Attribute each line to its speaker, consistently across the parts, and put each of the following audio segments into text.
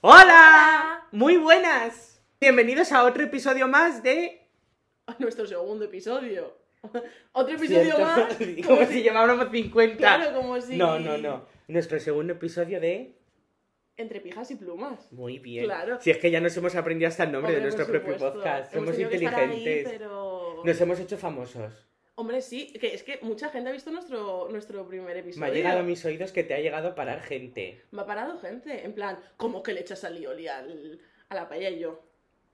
Speaker 1: ¡Hola!
Speaker 2: Hola.
Speaker 1: Muy buenas. Bienvenidos a otro episodio más de...
Speaker 2: Nuestro segundo episodio. Otro episodio
Speaker 1: Cierto.
Speaker 2: más.
Speaker 1: Como si lleváramos 50.
Speaker 2: Claro, como si.
Speaker 1: No, no, no. Nuestro segundo episodio de...
Speaker 2: Entre pijas y plumas.
Speaker 1: Muy bien.
Speaker 2: Claro.
Speaker 1: Si es que ya nos hemos aprendido hasta el nombre de
Speaker 2: Hombre,
Speaker 1: nuestro
Speaker 2: por
Speaker 1: propio
Speaker 2: supuesto.
Speaker 1: podcast.
Speaker 2: Hemos
Speaker 1: Somos
Speaker 2: tenido que estar ahí,
Speaker 1: inteligentes.
Speaker 2: pero-
Speaker 1: Nos hemos hecho famosos.
Speaker 2: Hombre, sí, que es que mucha gente ha visto nuestro, nuestro primer episodio.
Speaker 1: Me ha llegado a mis oídos que te ha llegado a parar gente.
Speaker 2: Me ha parado gente, en plan, ¿cómo que le echas alioli al, a la paella y yo?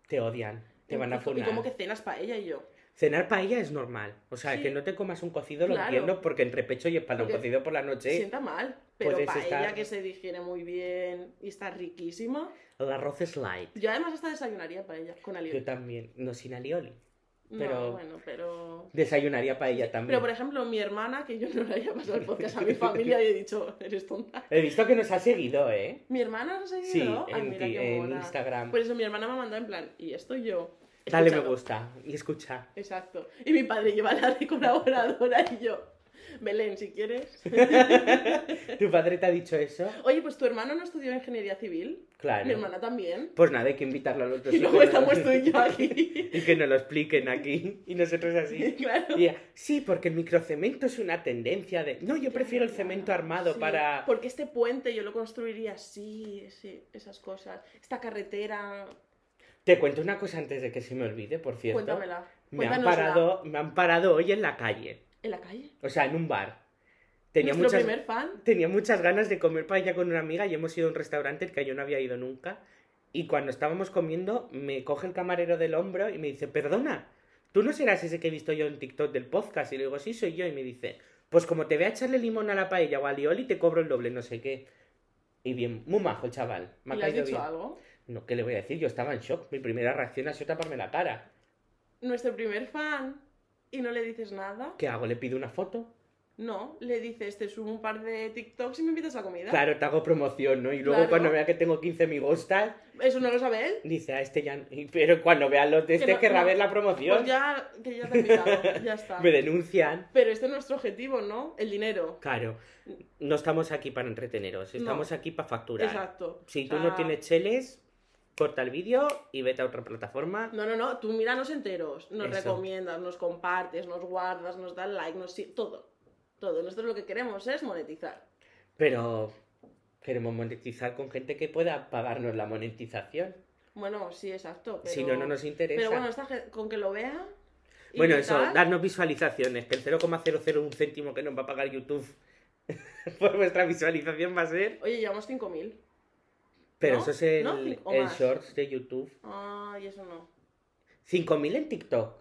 Speaker 1: Te odian. Te van a
Speaker 2: ¿Y co- ¿Y
Speaker 1: funar.
Speaker 2: cómo que cenas paella y yo?
Speaker 1: Cenar paella es normal. O sea,
Speaker 2: Sí.
Speaker 1: que no te comas un cocido lo
Speaker 2: Claro.
Speaker 1: entiendo porque entre pecho y espalda un
Speaker 2: Porque
Speaker 1: cocido por la noche...
Speaker 2: Sienta mal, pero
Speaker 1: Puedes
Speaker 2: paella
Speaker 1: estar-
Speaker 2: que se digiere muy bien y está riquísima.
Speaker 1: El arroz es light.
Speaker 2: Yo además hasta desayunaría paella con
Speaker 1: Yo
Speaker 2: alioli.
Speaker 1: también. No sin alioli.
Speaker 2: No,
Speaker 1: pero-
Speaker 2: bueno, pero...
Speaker 1: Desayunaría paella
Speaker 2: Pero
Speaker 1: también.
Speaker 2: por ejemplo, mi hermana, que yo no le había pasado el podcast a mi familia y he dicho, eres tonta.
Speaker 1: He visto que nos ha seguido, ¿eh?
Speaker 2: Mi hermana nos ha
Speaker 1: Sí,
Speaker 2: seguido. Ay,
Speaker 1: en,
Speaker 2: mira
Speaker 1: ti-
Speaker 2: qué
Speaker 1: en
Speaker 2: mona.
Speaker 1: Instagram.
Speaker 2: Por eso mi hermana me ha mandado en plan, y esto yo.
Speaker 1: Dale me
Speaker 2: Escúchalo.
Speaker 1: gusta y escucha.
Speaker 2: Exacto. Y mi padre lleva la de colaboradora y yo. Belén, si quieres.
Speaker 1: ¿Tu padre te ha dicho eso?
Speaker 2: Oye, pues tu hermano no estudió ingeniería civil.
Speaker 1: Claro.
Speaker 2: Mi hermana también.
Speaker 1: Pues nada, hay que invitarlo a los dos.
Speaker 2: Y luego
Speaker 1: que nos-
Speaker 2: estamos tú y yo aquí.
Speaker 1: y que nos lo expliquen aquí. Y nosotros así.
Speaker 2: claro.
Speaker 1: Y, sí, porque el microcemento es una tendencia de... No, yo prefiero el cemento armado
Speaker 2: Sí,
Speaker 1: para...
Speaker 2: Porque este puente yo lo construiría así, sí, esas cosas. Esta carretera.
Speaker 1: Te cuento una cosa antes de que se me olvide, por cierto.
Speaker 2: Cuéntamela.
Speaker 1: Me han,
Speaker 2: Cuéntanosla.
Speaker 1: parado, me han parado hoy en la calle.
Speaker 2: ¿En la calle?
Speaker 1: O sea, en un bar. Tenía
Speaker 2: Nuestro
Speaker 1: muchas...
Speaker 2: primer fan.
Speaker 1: Tenía muchas ganas de comer paella con una amiga y hemos ido a un restaurante al que yo no había ido nunca. Y cuando estábamos comiendo, me coge el camarero del hombro y me dice, perdona, ¿tú no serás ese que he visto yo en TikTok del podcast? Y le digo, sí, soy yo. Y me dice, pues como te voy a echarle limón a la paella o alioli, te cobro el doble, no sé qué. Y bien, muy majo el chaval. Me
Speaker 2: ¿Y
Speaker 1: ha
Speaker 2: ¿Le has
Speaker 1: caído
Speaker 2: dicho
Speaker 1: bien.
Speaker 2: algo?
Speaker 1: No, ¿qué le voy a decir? Yo estaba en shock. Mi primera reacción ha sido taparme la cara.
Speaker 2: Nuestro primer fan. ¿Y no le dices nada?
Speaker 1: ¿Qué hago? ¿Le pido una foto?
Speaker 2: No, le dices, te subo un par de TikToks y me invitas a comida.
Speaker 1: Claro, te hago promoción, ¿no? Y luego
Speaker 2: Claro.
Speaker 1: cuando vea que tengo 15 me gustas,
Speaker 2: ¿Eso no lo sabe él?
Speaker 1: Dice, a este ya. y- Pero cuando vean los de
Speaker 2: Que
Speaker 1: este
Speaker 2: no-
Speaker 1: querrá
Speaker 2: no.
Speaker 1: ver la promoción.
Speaker 2: Pues ya, que ya te he invitado, ya está.
Speaker 1: Me denuncian.
Speaker 2: Pero este es nuestro objetivo, ¿no? El dinero.
Speaker 1: Claro, no estamos aquí para entreteneros,
Speaker 2: No.
Speaker 1: estamos aquí para facturar.
Speaker 2: Exacto.
Speaker 1: Si
Speaker 2: O
Speaker 1: tú
Speaker 2: sea,
Speaker 1: no tienes cheles, corta el vídeo y vete a otra plataforma.
Speaker 2: No, no, no, tú míranos enteros, nos
Speaker 1: Eso.
Speaker 2: recomiendas, nos compartes, nos guardas, nos das like, nos... sí, todo, todo. Nosotros lo que queremos es monetizar.
Speaker 1: Pero queremos monetizar con gente que pueda pagarnos la monetización.
Speaker 2: Bueno, sí, exacto, pero...
Speaker 1: Si no, no nos interesa.
Speaker 2: Pero bueno, esta gen- con que lo vea... y
Speaker 1: Bueno,
Speaker 2: qué
Speaker 1: eso,
Speaker 2: tal,
Speaker 1: darnos visualizaciones, que el 0,001 céntimo que nos va a pagar YouTube por vuestra visualización va a ser.
Speaker 2: Oye, llevamos 5.000.
Speaker 1: Pero
Speaker 2: ¿No?
Speaker 1: eso es el,
Speaker 2: ¿No? Cinco- o
Speaker 1: el
Speaker 2: más.
Speaker 1: shorts de YouTube.
Speaker 2: Ah, y eso no.
Speaker 1: 5.000 en TikTok.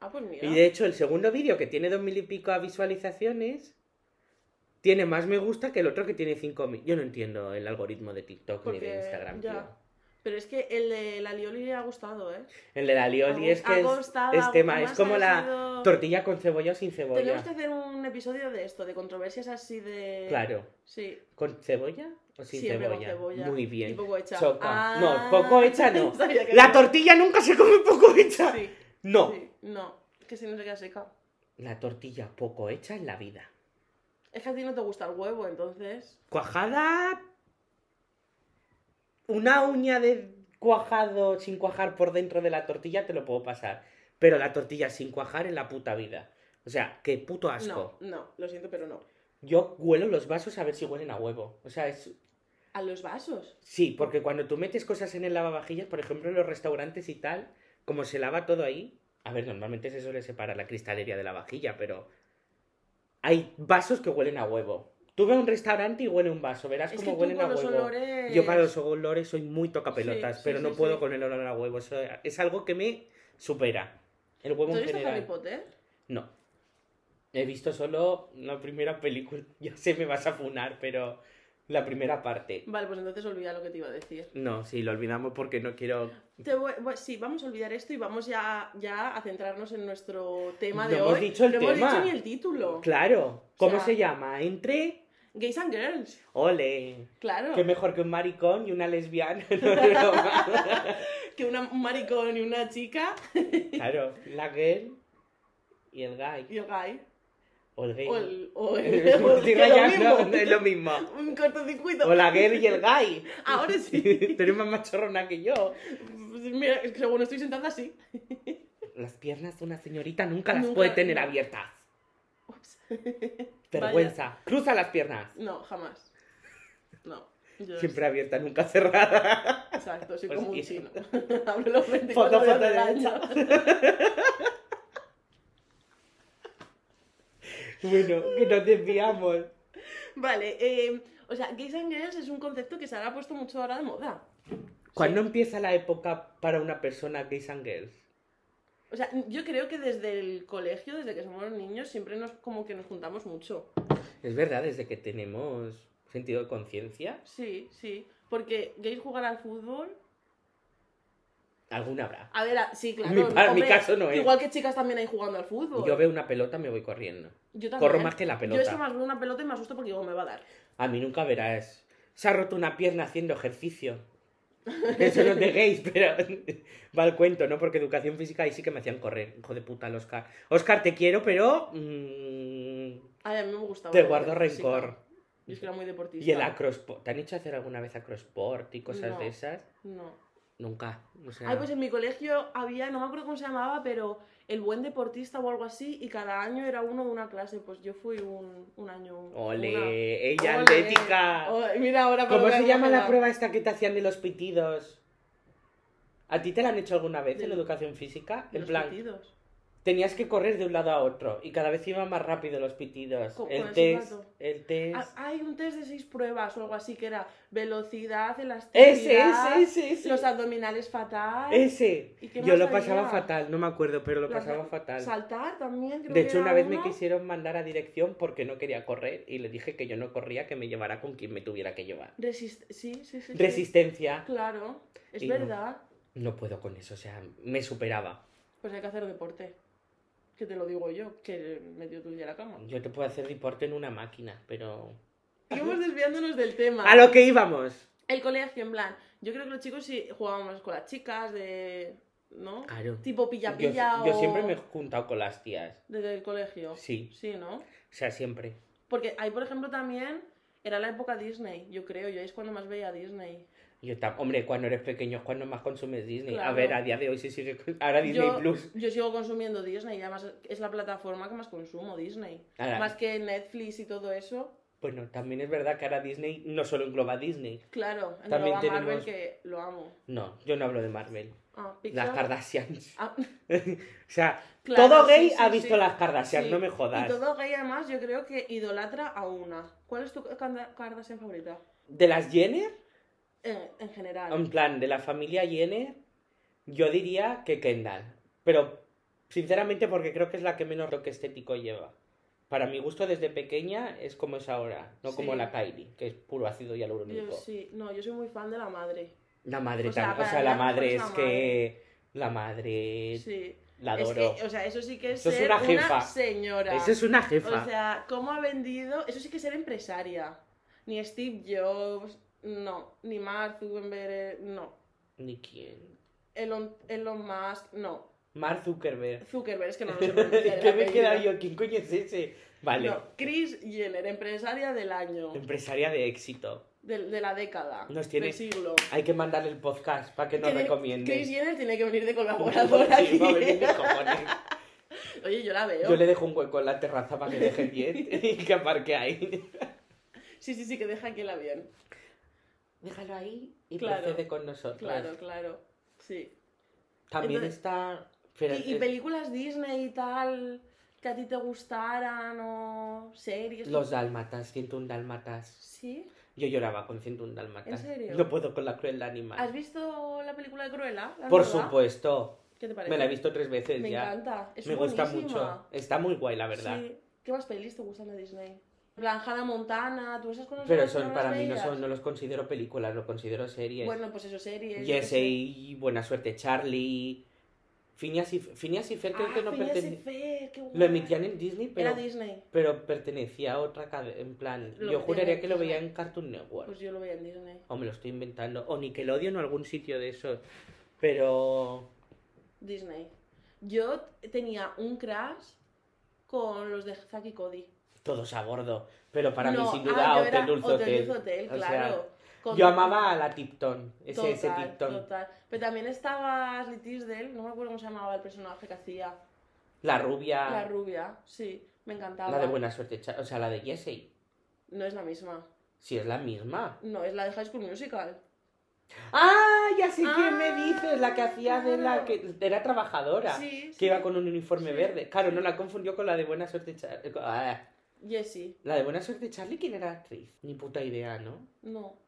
Speaker 2: Ah, pues mira.
Speaker 1: Y de hecho, el segundo vídeo, que tiene 2.000 y pico visualizaciones, tiene más me gusta que el otro que tiene 5.000. Yo no entiendo el algoritmo de TikTok ni
Speaker 2: Porque,
Speaker 1: de Instagram.
Speaker 2: ya.
Speaker 1: tío.
Speaker 2: Pero es que el de la Lioli le ha gustado, ¿eh?
Speaker 1: El de la Lioli
Speaker 2: Ha
Speaker 1: es que es,
Speaker 2: gust- ha gustado,
Speaker 1: es
Speaker 2: ha
Speaker 1: tema,
Speaker 2: gustado,
Speaker 1: es como
Speaker 2: ha
Speaker 1: la
Speaker 2: sido-
Speaker 1: tortilla con cebolla o sin cebolla.
Speaker 2: Tenemos que hacer un episodio de esto, de controversias así de...
Speaker 1: Claro,
Speaker 2: Sí.
Speaker 1: ¿con cebolla o sin
Speaker 2: Siempre con
Speaker 1: cebolla?
Speaker 2: cebolla.
Speaker 1: Muy
Speaker 2: Y
Speaker 1: bien.
Speaker 2: poco hecha.
Speaker 1: Choca.
Speaker 2: Ah,
Speaker 1: No, poco hecha no.
Speaker 2: sabía que
Speaker 1: La
Speaker 2: no.
Speaker 1: tortilla nunca se come poco hecha.
Speaker 2: Sí,
Speaker 1: No,
Speaker 2: sí, no. Es que si no se queda seca.
Speaker 1: la tortilla poco hecha en la vida.
Speaker 2: Es que a ti no te gusta el huevo, entonces...
Speaker 1: Cuajada. Una uña de cuajado sin cuajar por dentro de la tortilla te lo puedo pasar. Pero la tortilla sin cuajar en la puta vida. O sea, qué puto asco.
Speaker 2: No, no, lo siento, pero no.
Speaker 1: Yo huelo los vasos a ver si huelen a huevo. O sea, es.
Speaker 2: A los vasos.
Speaker 1: Sí, porque cuando tú metes cosas en el lavavajillas, por ejemplo, en los restaurantes y tal, como se lava todo ahí. A ver, normalmente se suele separar la cristalería de la vajilla, pero. Hay vasos que huelen a huevo. Tú ve a un restaurante y huele un vaso, verás
Speaker 2: Es que
Speaker 1: cómo
Speaker 2: tú
Speaker 1: huelen a
Speaker 2: con los
Speaker 1: huevo.
Speaker 2: olores...
Speaker 1: Yo para los olores soy muy tocapelotas,
Speaker 2: Eh, Sí, sí,
Speaker 1: pero no
Speaker 2: sí,
Speaker 1: puedo
Speaker 2: sí.
Speaker 1: con el olor a huevo. Eso es algo que me supera. El huevo
Speaker 2: ¿Tú
Speaker 1: en
Speaker 2: has visto Harry
Speaker 1: general.
Speaker 2: Potter?
Speaker 1: No. He visto solo la primera película. Ya sé, me vas a funar, pero la primera parte.
Speaker 2: Vale, pues entonces olvida lo que te iba a decir.
Speaker 1: No, sí, lo olvidamos porque no quiero.
Speaker 2: Te voy- voy- sí, vamos a olvidar esto y vamos ya, ya a centrarnos en nuestro tema
Speaker 1: No
Speaker 2: de
Speaker 1: hemos
Speaker 2: hoy.
Speaker 1: dicho el
Speaker 2: no
Speaker 1: tema.
Speaker 2: hemos dicho ni el título.
Speaker 1: Claro. ¿Cómo
Speaker 2: O sea-
Speaker 1: se llama? Entre.
Speaker 2: Gays and Girls,
Speaker 1: Ole.
Speaker 2: claro.
Speaker 1: Qué mejor que un maricón y una lesbiana. No, broma.
Speaker 2: Que una, un maricón y una chica
Speaker 1: claro. La girl y el guy.
Speaker 2: y el guy.
Speaker 1: O el gay.
Speaker 2: O el. O el. o el-
Speaker 1: Estoy
Speaker 2: que lo
Speaker 1: rayando,
Speaker 2: mismo.
Speaker 1: es lo mismo.
Speaker 2: Un cortocircuito.
Speaker 1: O la gay y el gay.
Speaker 2: Ahora sí.
Speaker 1: Tú eres más machorrona que yo.
Speaker 2: Mira, es que según estoy sentada así.
Speaker 1: Las piernas de una señorita nunca las
Speaker 2: Nunca,
Speaker 1: puede tener
Speaker 2: no.
Speaker 1: abiertas.
Speaker 2: Ups.
Speaker 1: Vergüenza. Cruza las piernas.
Speaker 2: No, jamás. No. Yo
Speaker 1: Siempre abierta, nunca cerrada.
Speaker 2: Exacto, soy
Speaker 1: Pues
Speaker 2: como un
Speaker 1: sí.
Speaker 2: chino. Hablo los 24
Speaker 1: Foto,
Speaker 2: horas
Speaker 1: foto
Speaker 2: del
Speaker 1: derecha.
Speaker 2: año.
Speaker 1: Bueno, que nos desviamos.
Speaker 2: Vale, eh, o sea, gays and girls es un concepto que se ha puesto mucho ahora de moda.
Speaker 1: ¿Cuándo empieza la época para una persona gays and girls?
Speaker 2: O sea, yo creo que desde el colegio, desde que somos niños, siempre nos como que nos juntamos mucho.
Speaker 1: Es verdad, desde que tenemos sentido de conciencia,
Speaker 2: Sí, sí. Porque gays jugar al fútbol.
Speaker 1: alguna habrá.
Speaker 2: A ver, a- sí, claro.
Speaker 1: Mi pa- mi caso no es.
Speaker 2: Igual que chicas también hay jugando al fútbol.
Speaker 1: Yo veo una pelota, me voy corriendo.
Speaker 2: Yo
Speaker 1: corro más que la pelota.
Speaker 2: Yo es que más veo una pelota y me asusto porque digo, me va a dar.
Speaker 1: A mí nunca verás. Se ha roto una pierna haciendo ejercicio. Eso no es de gays, pero va al cuento, ¿no? Porque educación física ahí sí que me hacían correr. Hijo de puta, el Oscar. Oscar, te quiero, pero. mm,
Speaker 2: Ay, a mí me gustaba.
Speaker 1: te
Speaker 2: la
Speaker 1: guardo
Speaker 2: física.
Speaker 1: rencor.
Speaker 2: Yo es que era muy deportista.
Speaker 1: Y el acrosport. ¿Te han hecho hacer alguna vez acrosport y cosas
Speaker 2: No.
Speaker 1: de esas?
Speaker 2: No.
Speaker 1: Nunca. O sea,
Speaker 2: Ay, pues en mi colegio había, no me acuerdo cómo se llamaba, pero el buen deportista o algo así, y cada año era uno de una clase. Pues yo fui un, un año.
Speaker 1: ¡Ole!
Speaker 2: una.
Speaker 1: ¡Ella
Speaker 2: Ole.
Speaker 1: atlética!
Speaker 2: Ole, mira ahora
Speaker 1: ¿Cómo
Speaker 2: para
Speaker 1: se
Speaker 2: ver
Speaker 1: llama la
Speaker 2: imagen.
Speaker 1: prueba esta que te hacían de los pitidos? ¿A ti te la han hecho alguna vez en
Speaker 2: Del-
Speaker 1: educación física? En
Speaker 2: Los
Speaker 1: plan,
Speaker 2: pitidos.
Speaker 1: tenías que correr de un lado a otro y cada vez iban más rápido los pitidos.
Speaker 2: Co- con
Speaker 1: El
Speaker 2: el
Speaker 1: test,
Speaker 2: silbato.
Speaker 1: el test.
Speaker 2: Ah, Hay un test de seis pruebas o algo así que era velocidad,
Speaker 1: ese,
Speaker 2: elasticidad,
Speaker 1: ese, ese, ese.
Speaker 2: los abdominales fatal,
Speaker 1: Ese.
Speaker 2: ¿Y qué
Speaker 1: Yo
Speaker 2: más
Speaker 1: lo pasaba
Speaker 2: había?
Speaker 1: fatal, no me acuerdo, pero lo
Speaker 2: Las-
Speaker 1: pasaba fatal.
Speaker 2: saltar también. Creo
Speaker 1: De
Speaker 2: que
Speaker 1: hecho,
Speaker 2: era
Speaker 1: una vez me
Speaker 2: uno.
Speaker 1: quisieron mandar a dirección porque no quería correr y le dije que yo no corría, que me llevara con quien me tuviera que llevar.
Speaker 2: Resist- sí, sí, sí, sí.
Speaker 1: Resistencia.
Speaker 2: Claro, es
Speaker 1: Y no.
Speaker 2: verdad.
Speaker 1: No puedo con eso, o sea, me superaba.
Speaker 2: Pues hay que hacer deporte. Que te lo digo yo, que metió tú ya la cama.
Speaker 1: Yo te puedo hacer deporte en una máquina, pero...
Speaker 2: Seguimos desviándonos del tema.
Speaker 1: A lo que íbamos.
Speaker 2: El colegio, en plan. Yo creo que los chicos sí jugábamos con las chicas, de. ¿No?
Speaker 1: Claro.
Speaker 2: Tipo
Speaker 1: Yo,
Speaker 2: pilla-pilla o.
Speaker 1: yo siempre me he juntado con las tías.
Speaker 2: Desde el colegio.
Speaker 1: Sí,
Speaker 2: Sí, ¿no?
Speaker 1: o sea, siempre.
Speaker 2: Porque ahí, por ejemplo, también. Era la época Disney, yo creo. Yo ahí es cuando más veía a Disney.
Speaker 1: Yo tam- Hombre, cuando eres pequeño es cuando más consumes Disney. A
Speaker 2: Claro.
Speaker 1: ver, a día de hoy sí sigue... con- Ahora Disney
Speaker 2: yo,
Speaker 1: Plus.
Speaker 2: yo sigo consumiendo Disney, y además es la plataforma que más consumo, Disney.
Speaker 1: Ahora,
Speaker 2: Más que Netflix y todo eso.
Speaker 1: Bueno, también es verdad que ahora Disney no solo engloba Disney.
Speaker 2: Claro,
Speaker 1: También
Speaker 2: engloba
Speaker 1: tenemos-
Speaker 2: Marvel, que lo amo.
Speaker 1: No, yo no hablo de Marvel.
Speaker 2: Ah,
Speaker 1: Las
Speaker 2: Pixar.
Speaker 1: Kardashians.
Speaker 2: Ah,
Speaker 1: O sea,
Speaker 2: Claro,
Speaker 1: todo
Speaker 2: sí,
Speaker 1: gay
Speaker 2: sí,
Speaker 1: ha visto
Speaker 2: sí.
Speaker 1: las Kardashian,
Speaker 2: Sí.
Speaker 1: no me jodas.
Speaker 2: Y todo gay además yo creo que idolatra a una. ¿Cuál es tu Kanda- Kardashian favorita?
Speaker 1: De las Jenner,
Speaker 2: En, en general.
Speaker 1: en plan, de la familia Jenner, yo diría que Kendall. Pero, sinceramente, porque creo que es la que menos toque estético lleva. Para mi gusto, desde pequeña, es como es ahora, no como
Speaker 2: Sí.
Speaker 1: la Kylie, que es puro ácido
Speaker 2: yo
Speaker 1: hialurónico.
Speaker 2: sí, no, yo soy muy fan de la madre.
Speaker 1: La madre
Speaker 2: O sea,
Speaker 1: también, o
Speaker 2: para
Speaker 1: sea,
Speaker 2: mí
Speaker 1: la
Speaker 2: la mejor
Speaker 1: madre
Speaker 2: es
Speaker 1: es
Speaker 2: la
Speaker 1: que... La madre...
Speaker 2: Sí.
Speaker 1: La
Speaker 2: Es
Speaker 1: adoro.
Speaker 2: que, o sea, eso sí que es
Speaker 1: Eso es
Speaker 2: ser
Speaker 1: una
Speaker 2: una,
Speaker 1: jefa.
Speaker 2: señora.
Speaker 1: Esa es una jefa.
Speaker 2: O sea, cómo ha vendido, eso sí que es ser empresaria. Ni Steve Jobs, no, ni Mark Zuckerberg, eh, no.
Speaker 1: Ni quién.
Speaker 2: Elon, Elon Musk, no.
Speaker 1: Mark Zuckerberg.
Speaker 2: Zuckerberg, es que no lo sé pronunciar el
Speaker 1: ¿Qué me he quedado
Speaker 2: apellido.
Speaker 1: yo? ¿Quién coño es ese? Vale.
Speaker 2: No, Chris Jenner, empresaria del año.
Speaker 1: Empresaria de éxito.
Speaker 2: de, de la década,
Speaker 1: Nos tiene-
Speaker 2: del siglo.
Speaker 1: Hay que mandarle el podcast para que nos
Speaker 2: Tiene-
Speaker 1: recomiende.
Speaker 2: Kris Jenner tiene que venir de
Speaker 1: Sí,
Speaker 2: colaboradora aquí.
Speaker 1: va a venir de cojones.
Speaker 2: Oye, yo la veo.
Speaker 1: Yo le dejo un hueco en la terraza para que deje 10 y que aparque ahí.
Speaker 2: Sí, sí, sí, que deja aquí el avión.
Speaker 1: Déjalo ahí y
Speaker 2: Claro.
Speaker 1: procede con nosotros.
Speaker 2: Claro, claro. Sí.
Speaker 1: También
Speaker 2: Entonces-
Speaker 1: está. Espera,
Speaker 2: Y, y
Speaker 1: eh,
Speaker 2: películas Disney y tal que a ti te gustaran o series.
Speaker 1: Los dálmatas, 101 dálmatas.
Speaker 2: Sí.
Speaker 1: Yo lloraba con 101 dálmatas.
Speaker 2: ¿En serio?
Speaker 1: No puedo con la crueldad
Speaker 2: ¿Has
Speaker 1: animal.
Speaker 2: visto la película de Cruella? la
Speaker 1: Por
Speaker 2: nueva?
Speaker 1: supuesto.
Speaker 2: ¿Qué te parece?
Speaker 1: Me la he visto tres veces
Speaker 2: Me
Speaker 1: ya.
Speaker 2: encanta. Es
Speaker 1: Me gusta
Speaker 2: buenísima.
Speaker 1: mucho. Está muy guay, la verdad.
Speaker 2: Sí. ¿Qué más pelis te gustan de Disney? En plan, Hannah Montana, tú esas cosas.
Speaker 1: Pero
Speaker 2: no-
Speaker 1: son,
Speaker 2: no
Speaker 1: para
Speaker 2: las
Speaker 1: mí no,
Speaker 2: veías?
Speaker 1: son, no los considero películas, lo considero series.
Speaker 2: Bueno, pues eso, series. yo qué sé.
Speaker 1: Jesse, Buena Suerte Charlie, Phineas y, Phineas y Fer creo
Speaker 2: Ah,
Speaker 1: que no
Speaker 2: Phineas y
Speaker 1: pertenecía...
Speaker 2: Ferb, qué
Speaker 1: Lo
Speaker 2: guay.
Speaker 1: emitían en Disney, pero,
Speaker 2: Era Disney.
Speaker 1: pero pertenecía a otra cadena, en plan...
Speaker 2: Lo
Speaker 1: yo
Speaker 2: metían
Speaker 1: juraría
Speaker 2: en
Speaker 1: que lo
Speaker 2: Disney.
Speaker 1: veía en Cartoon Network.
Speaker 2: Pues yo lo veía en Disney.
Speaker 1: O me lo estoy inventando. O Nickelodeon o algún sitio de esos. Pero...
Speaker 2: Disney. Yo t- tenía un crash con los de Zaki Cody.
Speaker 1: Todos a bordo. Pero para mí,
Speaker 2: No,
Speaker 1: sin
Speaker 2: ah,
Speaker 1: duda,
Speaker 2: yo
Speaker 1: Hotel
Speaker 2: era
Speaker 1: Dulce Hotel.
Speaker 2: Dulce Hotel,
Speaker 1: O sea,
Speaker 2: claro. Con-
Speaker 1: Yo amaba a la Tipton. Ese, ese
Speaker 2: Total,
Speaker 1: Tipton.
Speaker 2: total. Pero también estaba Litis de él, no me acuerdo cómo se llamaba el personaje que hacía.
Speaker 1: La rubia.
Speaker 2: La
Speaker 1: La,
Speaker 2: rubia, sí, me encantaba.
Speaker 1: Ah. de buena suerte. cha- O sea, la de Jesse.
Speaker 2: No es la misma.
Speaker 1: Si es la misma.
Speaker 2: No, es la de High School Musical.
Speaker 1: ¡Ah! Ya sé
Speaker 2: Ah,
Speaker 1: quién me dices. La que hacía de la que era trabajadora.
Speaker 2: Sí, sí.
Speaker 1: Que iba con un uniforme
Speaker 2: Sí.
Speaker 1: verde. Claro, no la confundió con la de Buena Suerte Charlie.
Speaker 2: Jessie,
Speaker 1: ah, La de Buena Suerte Charlie, ¿quién era actriz? Ni puta idea, ¿no?
Speaker 2: no.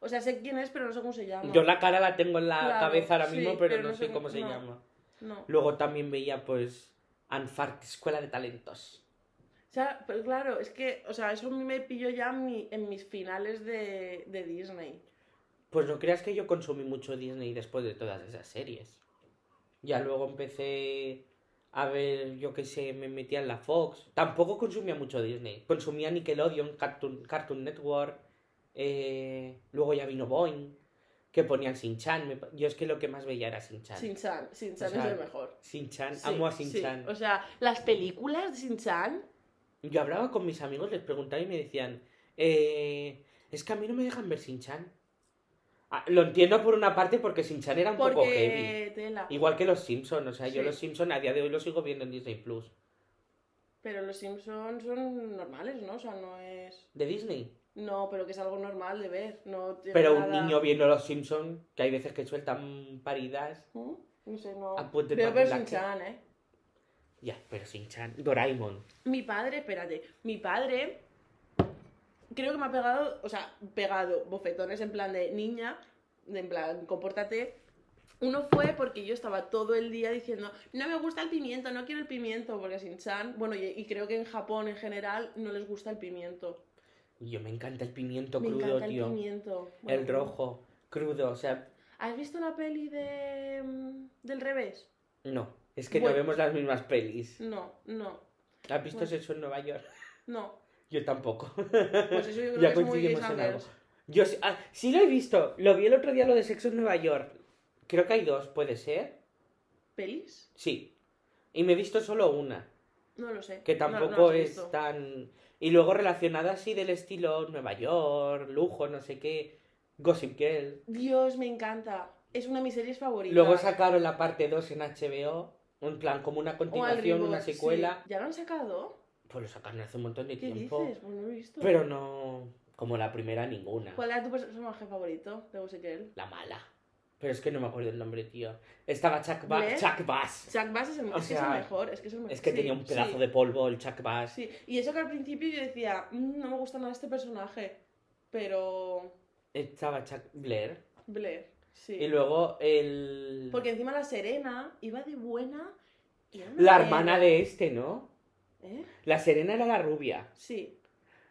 Speaker 2: O sea, sé quién es, pero no sé cómo se llama.
Speaker 1: Yo la cara la tengo en la
Speaker 2: Claro,
Speaker 1: cabeza ahora
Speaker 2: sí,
Speaker 1: mismo, pero, no, sé cómo se
Speaker 2: no.
Speaker 1: llama.
Speaker 2: No.
Speaker 1: Luego también veía, pues, Anfart, Escuela de Talentos.
Speaker 2: O sea, pero claro, es que, o sea, eso a mí me pilló ya en, mi- en mis finales de, de Disney.
Speaker 1: Pues no creas que yo consumí mucho Disney después de todas esas series. Ya luego empecé a ver, yo qué sé, me metía en la Fox. Tampoco consumía mucho Disney. Consumía Nickelodeon, Cartoon, Cartoon Network. eh, luego ya vino Boeing, que ponían Sin-Chan. Me pa- Yo es que lo que más veía era Sin-Chan.
Speaker 2: Sin-Chan, Sin-Chan
Speaker 1: O sea,
Speaker 2: es el mejor.
Speaker 1: Sin-Chan,
Speaker 2: Sí,
Speaker 1: amo a
Speaker 2: sí.
Speaker 1: Sin-Chan.
Speaker 2: O sea, las películas de Sin-Chan,
Speaker 1: Yo hablaba con mis amigos, les preguntaba y me decían, eh, es que a mí no me dejan ver Sin-Chan. Ah, lo entiendo por una parte porque Sin-Chan era un poco heavy.
Speaker 2: porque tela.
Speaker 1: Igual que los Simpsons, o sea, yo
Speaker 2: Sí.
Speaker 1: los Simpsons a día de hoy los sigo viendo en Disney Plus.
Speaker 2: Pero los Simpsons son normales, ¿no? O sea, no es...
Speaker 1: De Disney.
Speaker 2: No, pero que es algo normal de ver. No tiene
Speaker 1: Pero un
Speaker 2: nada-
Speaker 1: niño viendo los Simpsons, que hay veces que sueltan paridas.
Speaker 2: ¿Mm? No sé, no.
Speaker 1: Ah, pues, de
Speaker 2: Veo
Speaker 1: Paco
Speaker 2: pero
Speaker 1: Black.
Speaker 2: sin chan, ¿eh?
Speaker 1: Ya, pero sin chan. Doraemon.
Speaker 2: Mi padre, espérate, mi padre creo que me ha pegado, o sea, pegado bofetones en plan de niña, de en plan, compórtate. Uno fue porque yo estaba todo el día diciendo, no me gusta el pimiento, no quiero el pimiento, porque sin chan, bueno, y, y creo que en Japón en general no les gusta el pimiento.
Speaker 1: Yo me encanta el pimiento
Speaker 2: me
Speaker 1: crudo,
Speaker 2: encanta
Speaker 1: tío.
Speaker 2: el pimiento. Bueno,
Speaker 1: El rojo, crudo, o sea,
Speaker 2: ¿Has visto una peli de mm, del revés?
Speaker 1: no. Es que
Speaker 2: Bueno.
Speaker 1: no vemos las mismas pelis.
Speaker 2: No, no,
Speaker 1: ¿Has visto
Speaker 2: Bueno.
Speaker 1: Sexo en Nueva York?
Speaker 2: no.
Speaker 1: Yo tampoco.
Speaker 2: Pues eso yo creo
Speaker 1: Ya
Speaker 2: que es muy
Speaker 1: coincidimos
Speaker 2: Gays and
Speaker 1: en algo.
Speaker 2: Girls.
Speaker 1: Yo sí, ah, sí lo he visto. Lo vi el otro día, lo de Sexo en Nueva York. Creo que hay dos, ¿puede ser?
Speaker 2: ¿Pelis?
Speaker 1: Sí. Y me he visto solo una.
Speaker 2: No lo sé.
Speaker 1: que
Speaker 2: No- no
Speaker 1: tampoco
Speaker 2: las he
Speaker 1: es
Speaker 2: visto.
Speaker 1: tan... Y luego relacionada así del estilo Nueva York, lujo, no sé qué, Gossip Girl.
Speaker 2: Dios, me encanta. Es una de mis series favoritas.
Speaker 1: Luego sacaron la parte 2 en HBO, en plan como una
Speaker 2: O al
Speaker 1: continuación,
Speaker 2: Oh, reboot,
Speaker 1: una secuela.
Speaker 2: sí. ¿Ya lo han sacado?
Speaker 1: Pues lo sacaron hace un montón de
Speaker 2: ¿Qué
Speaker 1: tiempo.
Speaker 2: dices? Pues no lo he visto.
Speaker 1: Pero no como la primera ninguna.
Speaker 2: ¿Cuál era tu personaje favorito de Gossip
Speaker 1: La mala. Pero es que no me acuerdo el nombre, tío. Estaba Chuck, Ba-
Speaker 2: Blair.
Speaker 1: Chuck Bass.
Speaker 2: Zack Bass es el,
Speaker 1: O
Speaker 2: es que es el
Speaker 1: sea,
Speaker 2: mejor. Es que, es el mejor.
Speaker 1: Es que
Speaker 2: Sí,
Speaker 1: tenía un pedazo
Speaker 2: sí,
Speaker 1: de polvo el Chuck Bass.
Speaker 2: Sí, y eso que al principio yo decía, "Mm, no me gusta nada este personaje. Pero.
Speaker 1: Estaba Chuck Blair.
Speaker 2: Blair, sí.
Speaker 1: Y luego el...
Speaker 2: Porque encima la Serena iba de buena. y era una
Speaker 1: La
Speaker 2: mierda.
Speaker 1: hermana de este, ¿no?
Speaker 2: ¿Eh?
Speaker 1: La Serena era la rubia.
Speaker 2: Sí,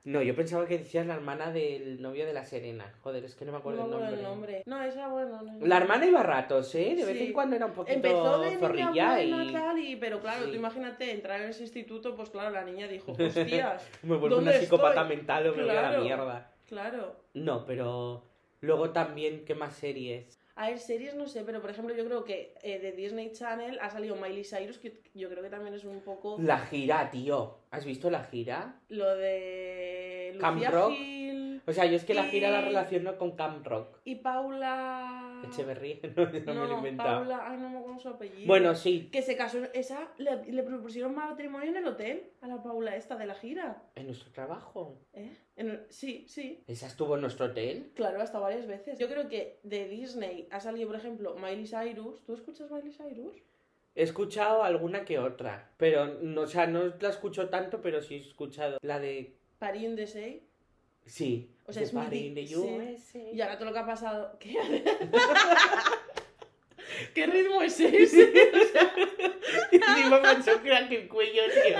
Speaker 1: No, yo pensaba que decías la hermana del novio de la Serena. Joder, es que no me
Speaker 2: no me
Speaker 1: acuerdo,
Speaker 2: acuerdo
Speaker 1: el, nombre.
Speaker 2: el nombre. No, esa bueno. no, no.
Speaker 1: La hermana iba a ratos, ¿eh? De vez
Speaker 2: Sí.
Speaker 1: en cuando era un poquito
Speaker 2: Empezó de niña
Speaker 1: zorrilla
Speaker 2: buena,
Speaker 1: y...
Speaker 2: tal, y... Pero claro,
Speaker 1: Sí.
Speaker 2: tú imagínate, entrar en ese instituto, pues claro, la niña dijo, hostias,
Speaker 1: Me vuelvo
Speaker 2: ¿Dónde
Speaker 1: una psicópata
Speaker 2: estoy?
Speaker 1: mental o me voy a la
Speaker 2: Claro.
Speaker 1: mierda.
Speaker 2: claro.
Speaker 1: No, pero... Luego también, ¿qué más series?
Speaker 2: A ver, series no sé, pero por ejemplo yo creo que eh, de Disney Channel ha salido Miley Cyrus, que yo creo que también es un poco
Speaker 1: La gira, tío. ¿Has visto la gira?
Speaker 2: lo de
Speaker 1: Camp
Speaker 2: Lucía
Speaker 1: Rock.
Speaker 2: Gil
Speaker 1: O sea, yo es que la gira la
Speaker 2: Y-
Speaker 1: relaciono con Camp Rock.
Speaker 2: y Paula...
Speaker 1: Echeverry, no, no me lo he
Speaker 2: No,
Speaker 1: inventado.
Speaker 2: Paula, ay, no me acuerdo su apellido.
Speaker 1: Bueno, sí.
Speaker 2: Que se casó, esa, le, le propusieron matrimonio en el hotel a la Paula esta de la gira,
Speaker 1: En nuestro trabajo.
Speaker 2: ¿eh? En- sí, sí,
Speaker 1: ¿Esa estuvo en nuestro hotel?
Speaker 2: Claro, hasta varias veces. Yo creo que de Disney ha salido, por ejemplo, Miley Cyrus. ¿Tú escuchas Miley Cyrus?
Speaker 1: He escuchado alguna que otra, pero no, o sea, no la escucho tanto, pero sí he escuchado la de
Speaker 2: Parín de Say.
Speaker 1: sí,
Speaker 2: O sea,
Speaker 1: de
Speaker 2: es mi
Speaker 1: Party in
Speaker 2: di-
Speaker 1: the
Speaker 2: sí.
Speaker 1: USA.
Speaker 2: Y ahora todo lo que ha pasado. ¿Qué, ¿Qué ritmo es ese?
Speaker 1: Y encima me han chocado que el cuello, tío.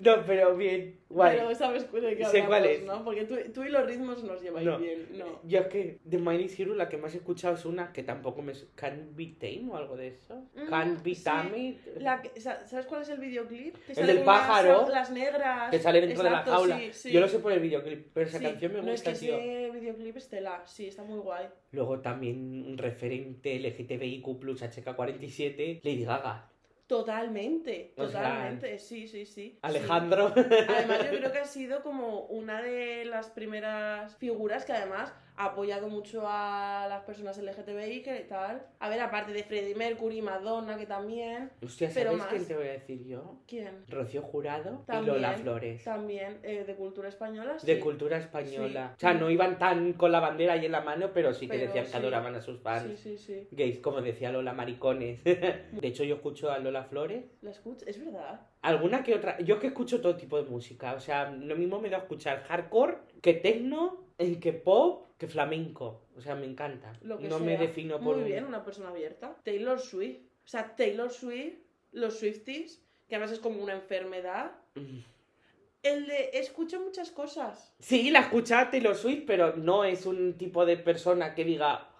Speaker 1: No, pero bien, guay.
Speaker 2: Pero sabes de qué
Speaker 1: Sé
Speaker 2: hablamos,
Speaker 1: cuál es.
Speaker 2: ¿no? Porque tú, tú y los ritmos nos lleváis
Speaker 1: No.
Speaker 2: bien, ¿no?
Speaker 1: Yo es que de Miley Cyrus la que más he escuchado es una que tampoco me su- Can't Be Tame o algo de eso.
Speaker 2: Mm,
Speaker 1: Can't Be
Speaker 2: sí.
Speaker 1: Tame. eh,
Speaker 2: La que- sa- ¿Sabes cuál es el videoclip? Que
Speaker 1: El
Speaker 2: sale
Speaker 1: del
Speaker 2: con unas-
Speaker 1: pájaro.
Speaker 2: Las negras.
Speaker 1: Que sale dentro de la
Speaker 2: Exacto,
Speaker 1: jaula.
Speaker 2: sí, sí.
Speaker 1: Yo lo sé por el videoclip, pero esa
Speaker 2: Sí.
Speaker 1: canción me
Speaker 2: No, es
Speaker 1: gusta,
Speaker 2: que
Speaker 1: tío.
Speaker 2: ese videoclip estela. Sí, está muy guay.
Speaker 1: Luego también un referente LGTBIQ HK47, Lady Gaga.
Speaker 2: Totalmente,
Speaker 1: O sea,
Speaker 2: totalmente, sí, sí, sí.
Speaker 1: Alejandro.
Speaker 2: Sí. Además, yo creo que ha sido como una de las primeras figuras que además ha apoyado mucho a las personas LGTBI, que tal. A ver, aparte de Freddie Mercury, Madonna, que también.
Speaker 1: Hostia,
Speaker 2: Pero
Speaker 1: ¿sabes
Speaker 2: más.
Speaker 1: quién te voy a decir yo?
Speaker 2: ¿Quién?
Speaker 1: Rocío Jurado
Speaker 2: También,
Speaker 1: y Lola Flores.
Speaker 2: También eh, de cultura española.
Speaker 1: De
Speaker 2: sí.
Speaker 1: cultura española.
Speaker 2: Sí.
Speaker 1: O sea, no iban tan con la bandera ahí en la mano, pero sí que
Speaker 2: Pero
Speaker 1: decían
Speaker 2: sí.
Speaker 1: que adoraban a sus fans.
Speaker 2: Sí, sí, sí.
Speaker 1: Gays, como decía Lola, maricones. de hecho, yo escucho a Lola Flores.
Speaker 2: ¿La escuchas? Es verdad.
Speaker 1: Alguna que otra. Yo es que escucho todo tipo de música. O sea, lo mismo me da a escuchar hardcore que techno, eh, que pop, que flamenco. O sea, me encanta.
Speaker 2: Lo que
Speaker 1: no
Speaker 2: sea.
Speaker 1: me defino por
Speaker 2: Muy
Speaker 1: un-
Speaker 2: bien, una persona abierta. Taylor Swift. O sea, Taylor Swift, los Swifties, que además es como una enfermedad.
Speaker 1: Mm.
Speaker 2: El de escucho muchas cosas.
Speaker 1: Sí, la escucha Taylor Swift, pero no es un tipo de persona que diga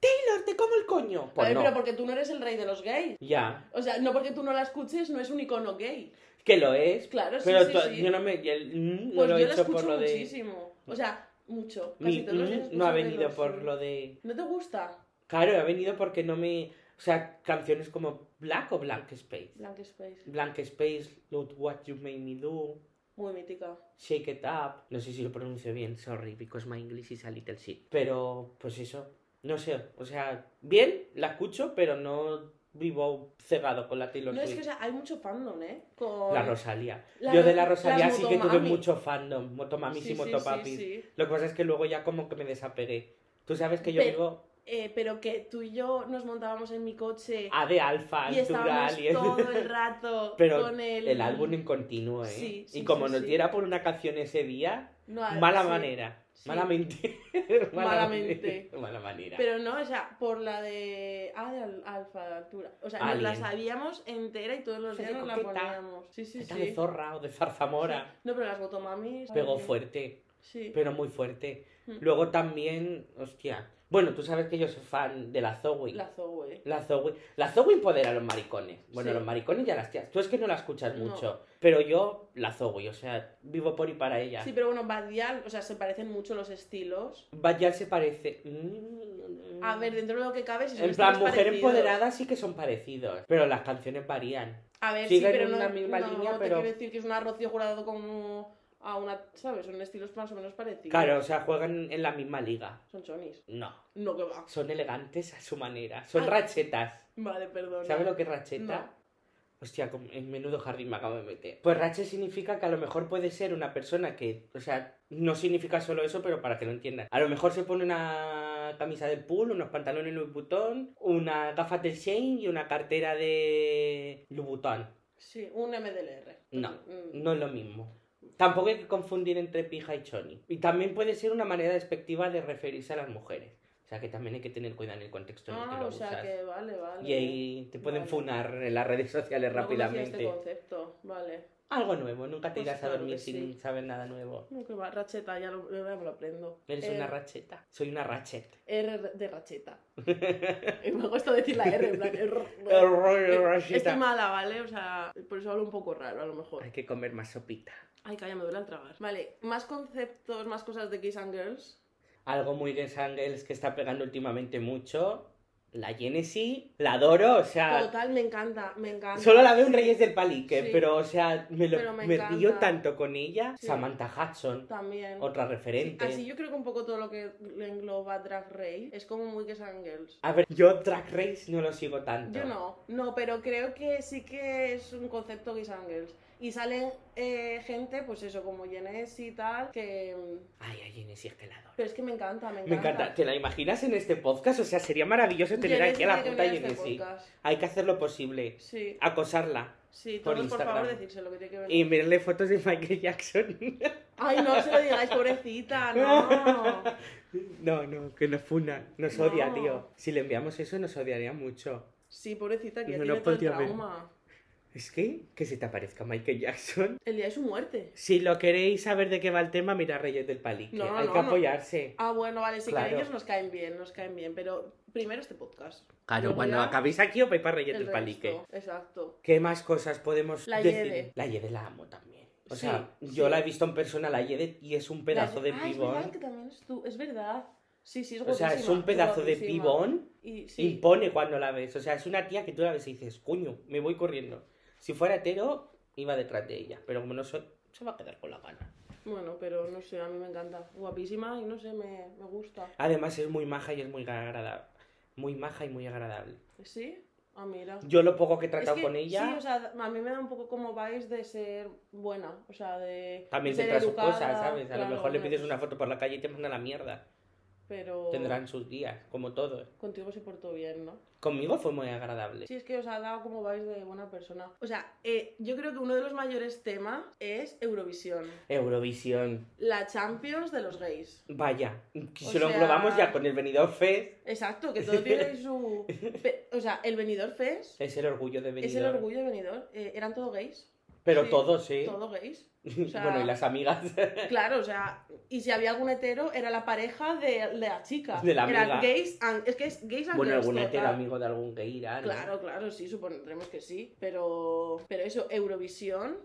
Speaker 1: Taylor, te como el coño. Pues
Speaker 2: a ver,
Speaker 1: no.
Speaker 2: pero porque tú no eres el rey de los gays.
Speaker 1: Ya,
Speaker 2: O sea, no porque tú no la escuches, no es un icono gay.
Speaker 1: que lo es.
Speaker 2: Claro, sí,
Speaker 1: Pero
Speaker 2: sí,
Speaker 1: to-
Speaker 2: sí.
Speaker 1: yo no me yo el mm, no
Speaker 2: Pues
Speaker 1: lo he
Speaker 2: yo la
Speaker 1: hecho por
Speaker 2: escucho
Speaker 1: lo de
Speaker 2: muchísimo. O sea, mucho. Casi
Speaker 1: mi
Speaker 2: todos los días
Speaker 1: mm
Speaker 2: escucho
Speaker 1: no ha
Speaker 2: Taylor
Speaker 1: venido por
Speaker 2: Swift.
Speaker 1: lo de
Speaker 2: ¿No te gusta?
Speaker 1: Claro, ha venido porque no me, o sea, canciones como Black o Blank Space.
Speaker 2: Blank Space.
Speaker 1: Blank Space, Look What You Made Me Do,
Speaker 2: Muy mítica.
Speaker 1: Shake It Up. No sé si lo pronuncio bien, sorry, because my English is a little shit. Pero, pues eso, no sé, o sea, bien, la escucho, pero no vivo cegado con la Taylor
Speaker 2: no, es que o
Speaker 1: Swift.
Speaker 2: sea, hay mucho fandom, ¿eh? Con...
Speaker 1: La Rosalía.
Speaker 2: La-
Speaker 1: Yo de la
Speaker 2: las
Speaker 1: Rosalía sí que tuve
Speaker 2: Motomami.
Speaker 1: mucho fandom, Motomamis
Speaker 2: Sí,
Speaker 1: y
Speaker 2: sí,
Speaker 1: Motopapis.
Speaker 2: sí, sí.
Speaker 1: Lo que pasa es que luego ya como que me desapegué. Tú sabes que yo
Speaker 2: Pero-
Speaker 1: vivo
Speaker 2: Eh, pero que tú y yo nos montábamos en mi coche
Speaker 1: A de alfa,
Speaker 2: y estábamos
Speaker 1: natural Ah, y es-
Speaker 2: todo el rato
Speaker 1: Pero
Speaker 2: con el...
Speaker 1: el álbum en continuo, ¿eh?
Speaker 2: Sí, sí,
Speaker 1: y como
Speaker 2: sí,
Speaker 1: nos
Speaker 2: sí.
Speaker 1: diera por una canción ese día,
Speaker 2: No, a-
Speaker 1: mala
Speaker 2: sí.
Speaker 1: manera.
Speaker 2: Sí.
Speaker 1: Malamente.
Speaker 2: Malamente.
Speaker 1: Mala manera.
Speaker 2: Pero no, o sea, por la de... Ah, de al- alfa, de altura. O sea, nos la
Speaker 1: Alien.
Speaker 2: sabíamos entera y todos los
Speaker 1: Fue
Speaker 2: días
Speaker 1: de
Speaker 2: nos la
Speaker 1: coqueta.
Speaker 2: poníamos. Sí, sí,
Speaker 1: Está
Speaker 2: sí.
Speaker 1: de zorra o de zarzamora.
Speaker 2: No, pero las Gotomamis...
Speaker 1: Pegó
Speaker 2: también.
Speaker 1: fuerte,
Speaker 2: Sí.
Speaker 1: pero muy fuerte.
Speaker 2: Mm.
Speaker 1: Luego también, hostia. Bueno, tú sabes que yo soy fan de la Zoe.
Speaker 2: La Zoe.
Speaker 1: La Zoe. La Zoe empodera a los maricones. Bueno,
Speaker 2: Sí.
Speaker 1: los maricones ya las tías. Tú es que no la escuchas
Speaker 2: No.
Speaker 1: mucho. Pero yo, la Zoe, o sea, vivo por y para ella.
Speaker 2: Sí, pero bueno, Badial, o sea, se parecen mucho los estilos.
Speaker 1: Vaya se parece. Mm.
Speaker 2: A ver, dentro de lo que cabe, si son
Speaker 1: En plan,
Speaker 2: estilos
Speaker 1: mujer
Speaker 2: parecidos.
Speaker 1: empoderada sí que son parecidos. Pero las canciones varían.
Speaker 2: A ver,
Speaker 1: Siguen
Speaker 2: sí, pero no,
Speaker 1: una misma
Speaker 2: no,
Speaker 1: línea,
Speaker 2: te
Speaker 1: pero-
Speaker 2: quiero decir que es una Rocío Jurado como a una, ¿sabes? Son estilos más o menos parecidos.
Speaker 1: Claro, o sea, juegan en la misma liga.
Speaker 2: Son chonis.
Speaker 1: No.
Speaker 2: No, que va.
Speaker 1: Son elegantes a su manera. Son
Speaker 2: Ah.
Speaker 1: rachetas.
Speaker 2: Vale, perdón.
Speaker 1: ¿Sabes lo que es racheta?
Speaker 2: No.
Speaker 1: Hostia, con- en menudo jardín me acabo de meter. Pues rache significa que a lo mejor puede ser una persona que, o sea, no significa solo eso, pero para que lo entiendan. A lo mejor se pone una camisa del pool, unos pantalones Louis Vuitton, unas gafas de Shane y una cartera de Louboutin.
Speaker 2: Sí, un MDLR.
Speaker 1: No,
Speaker 2: Mm.
Speaker 1: No es lo mismo. Tampoco hay que confundir entre pija y choni. Y también puede ser una manera despectiva de referirse a las mujeres. O sea que también hay que tener cuidado en el contexto en el que
Speaker 2: Ah,
Speaker 1: lo
Speaker 2: o sea
Speaker 1: usas.
Speaker 2: que vale, vale.
Speaker 1: Y ahí te pueden
Speaker 2: Vale.
Speaker 1: funar en las redes sociales
Speaker 2: No conocía
Speaker 1: rápidamente.
Speaker 2: este concepto, vale.
Speaker 1: Algo nuevo, nunca te
Speaker 2: Pues
Speaker 1: irás
Speaker 2: claro
Speaker 1: a dormir
Speaker 2: que
Speaker 1: sin
Speaker 2: sí.
Speaker 1: saber nada nuevo.
Speaker 2: No, que va. Racheta, ya lo, ya me lo aprendo.
Speaker 1: Eres
Speaker 2: Eh,
Speaker 1: una racheta. Soy una rachet.
Speaker 2: R de racheta. y me gusta decir la R, en plan, R. Estoy
Speaker 1: Hay
Speaker 2: mala, ¿vale? O sea, por eso hablo un poco raro, a lo mejor.
Speaker 1: que comer más sopita.
Speaker 2: Ay, calla, me duele al tragar. Vale, más conceptos, más cosas de Kiss and Girls.
Speaker 1: Algo muy de Sangles que está pegando últimamente mucho. La Genesis, la adoro, o sea,
Speaker 2: Total, me encanta, me encanta.
Speaker 1: Ah. Solo la veo en Reyes del Palique,
Speaker 2: Sí.
Speaker 1: pero o sea, me, lo,
Speaker 2: Pero me
Speaker 1: me,
Speaker 2: encanta.
Speaker 1: río tanto con ella.
Speaker 2: Sí.
Speaker 1: Samantha Hudson,
Speaker 2: También.
Speaker 1: otra referente.
Speaker 2: Así yo creo que un poco todo lo que le engloba Drag Race es como muy que and Girls.
Speaker 1: A ver, yo Track Race no lo sigo tanto.
Speaker 2: Yo no, no, pero creo que sí que es un concepto Kiss and Girls. Y salen eh, gente, pues eso, como Genes y tal, que... mm,
Speaker 1: Ay, ay, Inés, es que la adoro.
Speaker 2: Pero es que me encanta, me encanta.
Speaker 1: Me encanta. ¿Te la imaginas en este podcast? O sea, sería maravilloso tener
Speaker 2: Genes
Speaker 1: aquí a la
Speaker 2: tiene que
Speaker 1: puta
Speaker 2: venir a este
Speaker 1: Genesis.
Speaker 2: podcast.
Speaker 1: Hay que hacer lo posible.
Speaker 2: Sí,
Speaker 1: Acosarla.
Speaker 2: sí,
Speaker 1: Por
Speaker 2: todos por, favor
Speaker 1: Instagram.
Speaker 2: decírselo que tiene que venir.
Speaker 1: Y mirarle fotos de Michael Jackson.
Speaker 2: Ay, no se lo digáis, pobrecita, no.
Speaker 1: no, no, que nos funa. Nos
Speaker 2: No.
Speaker 1: odia, tío. Si le enviamos eso, nos odiaría mucho.
Speaker 2: Sí, pobrecita, que ya
Speaker 1: No lo
Speaker 2: tiene todo el
Speaker 1: podía ver.
Speaker 2: trauma.
Speaker 1: Es que, que se te aparezca Michael Jackson.
Speaker 2: El día de su muerte.
Speaker 1: Si lo queréis saber de qué va el tema, mira Reyes del Palique.
Speaker 2: No,
Speaker 1: Hay
Speaker 2: no,
Speaker 1: que
Speaker 2: no.
Speaker 1: apoyarse.
Speaker 2: Ah, bueno, vale, sí
Speaker 1: Claro.
Speaker 2: que ellos nos caen bien, nos caen bien, pero primero este podcast.
Speaker 1: Claro,
Speaker 2: Luego
Speaker 1: bueno,
Speaker 2: ya
Speaker 1: acabéis aquí o vais para Reyes
Speaker 2: el
Speaker 1: del Palique.
Speaker 2: resto, Exacto.
Speaker 1: ¿Qué más cosas podemos
Speaker 2: La
Speaker 1: decir?
Speaker 2: Yede.
Speaker 1: La Yede la amo también. O
Speaker 2: Sí,
Speaker 1: sea,
Speaker 2: sí.
Speaker 1: yo la he visto en persona, la Yede, y es un pedazo
Speaker 2: La-
Speaker 1: de
Speaker 2: Ah, es
Speaker 1: pibón.
Speaker 2: verdad que también es tú, es verdad. Sí, sí, es
Speaker 1: O sea, es
Speaker 2: guapísima,
Speaker 1: un pedazo de
Speaker 2: guapísima.
Speaker 1: pibón.
Speaker 2: Y sí,
Speaker 1: Impone cuando la ves. O sea, es una tía que tú la ves y dices, cuño, me voy corriendo. Si fuera hetero, iba detrás de ella. Pero como no soy, se va a quedar con la gana.
Speaker 2: bueno, pero no sé, a mí me encanta. Guapísima y no sé, me, me gusta.
Speaker 1: Además, es muy maja y es muy agradable. Muy maja y muy agradable.
Speaker 2: ¿Sí? Ah, mira.
Speaker 1: Yo lo poco que he
Speaker 2: Es
Speaker 1: tratado
Speaker 2: que
Speaker 1: con ella.
Speaker 2: Sí, o sea, a mí me da un poco como vais de ser buena, o sea, de.
Speaker 1: También
Speaker 2: ser
Speaker 1: tendrá sus
Speaker 2: educada,
Speaker 1: cosas, ¿sabes? A
Speaker 2: claro,
Speaker 1: lo mejor le
Speaker 2: una
Speaker 1: pides
Speaker 2: cosa-
Speaker 1: una foto por la calle y te mandan a la mierda.
Speaker 2: Pero.
Speaker 1: Tendrán sus días, como todos.
Speaker 2: Contigo se portó bien, ¿no?
Speaker 1: Conmigo fue muy agradable.
Speaker 2: Sí, es que os ha dado como vais de buena persona. O sea, eh, yo creo que uno de los mayores temas es Eurovisión.
Speaker 1: Eurovisión.
Speaker 2: La Champions de los gays.
Speaker 1: Vaya, si
Speaker 2: O
Speaker 1: lo
Speaker 2: sea-
Speaker 1: englobamos ya con el Benidorm Fest,
Speaker 2: Exacto, que todo tiene su... pe- O sea, el Benidorm Fest
Speaker 1: es el orgullo de Benidorm.
Speaker 2: es el orgullo de Benidorm. Eh, eran todo gays.
Speaker 1: Pero
Speaker 2: sí,
Speaker 1: todos, ¿eh?
Speaker 2: Todo gays. O sea,
Speaker 1: Bueno, y las amigas.
Speaker 2: Claro, o sea, y si había algún hetero, era la pareja de, de la chica.
Speaker 1: De la
Speaker 2: Eran
Speaker 1: amiga.
Speaker 2: gays and... Es que es gays and
Speaker 1: bueno,
Speaker 2: girls,
Speaker 1: algún hetero
Speaker 2: total.
Speaker 1: amigo de algún gay irá, ¿no?
Speaker 2: Claro, claro, sí, supondremos que sí. Pero, pero eso, Eurovisión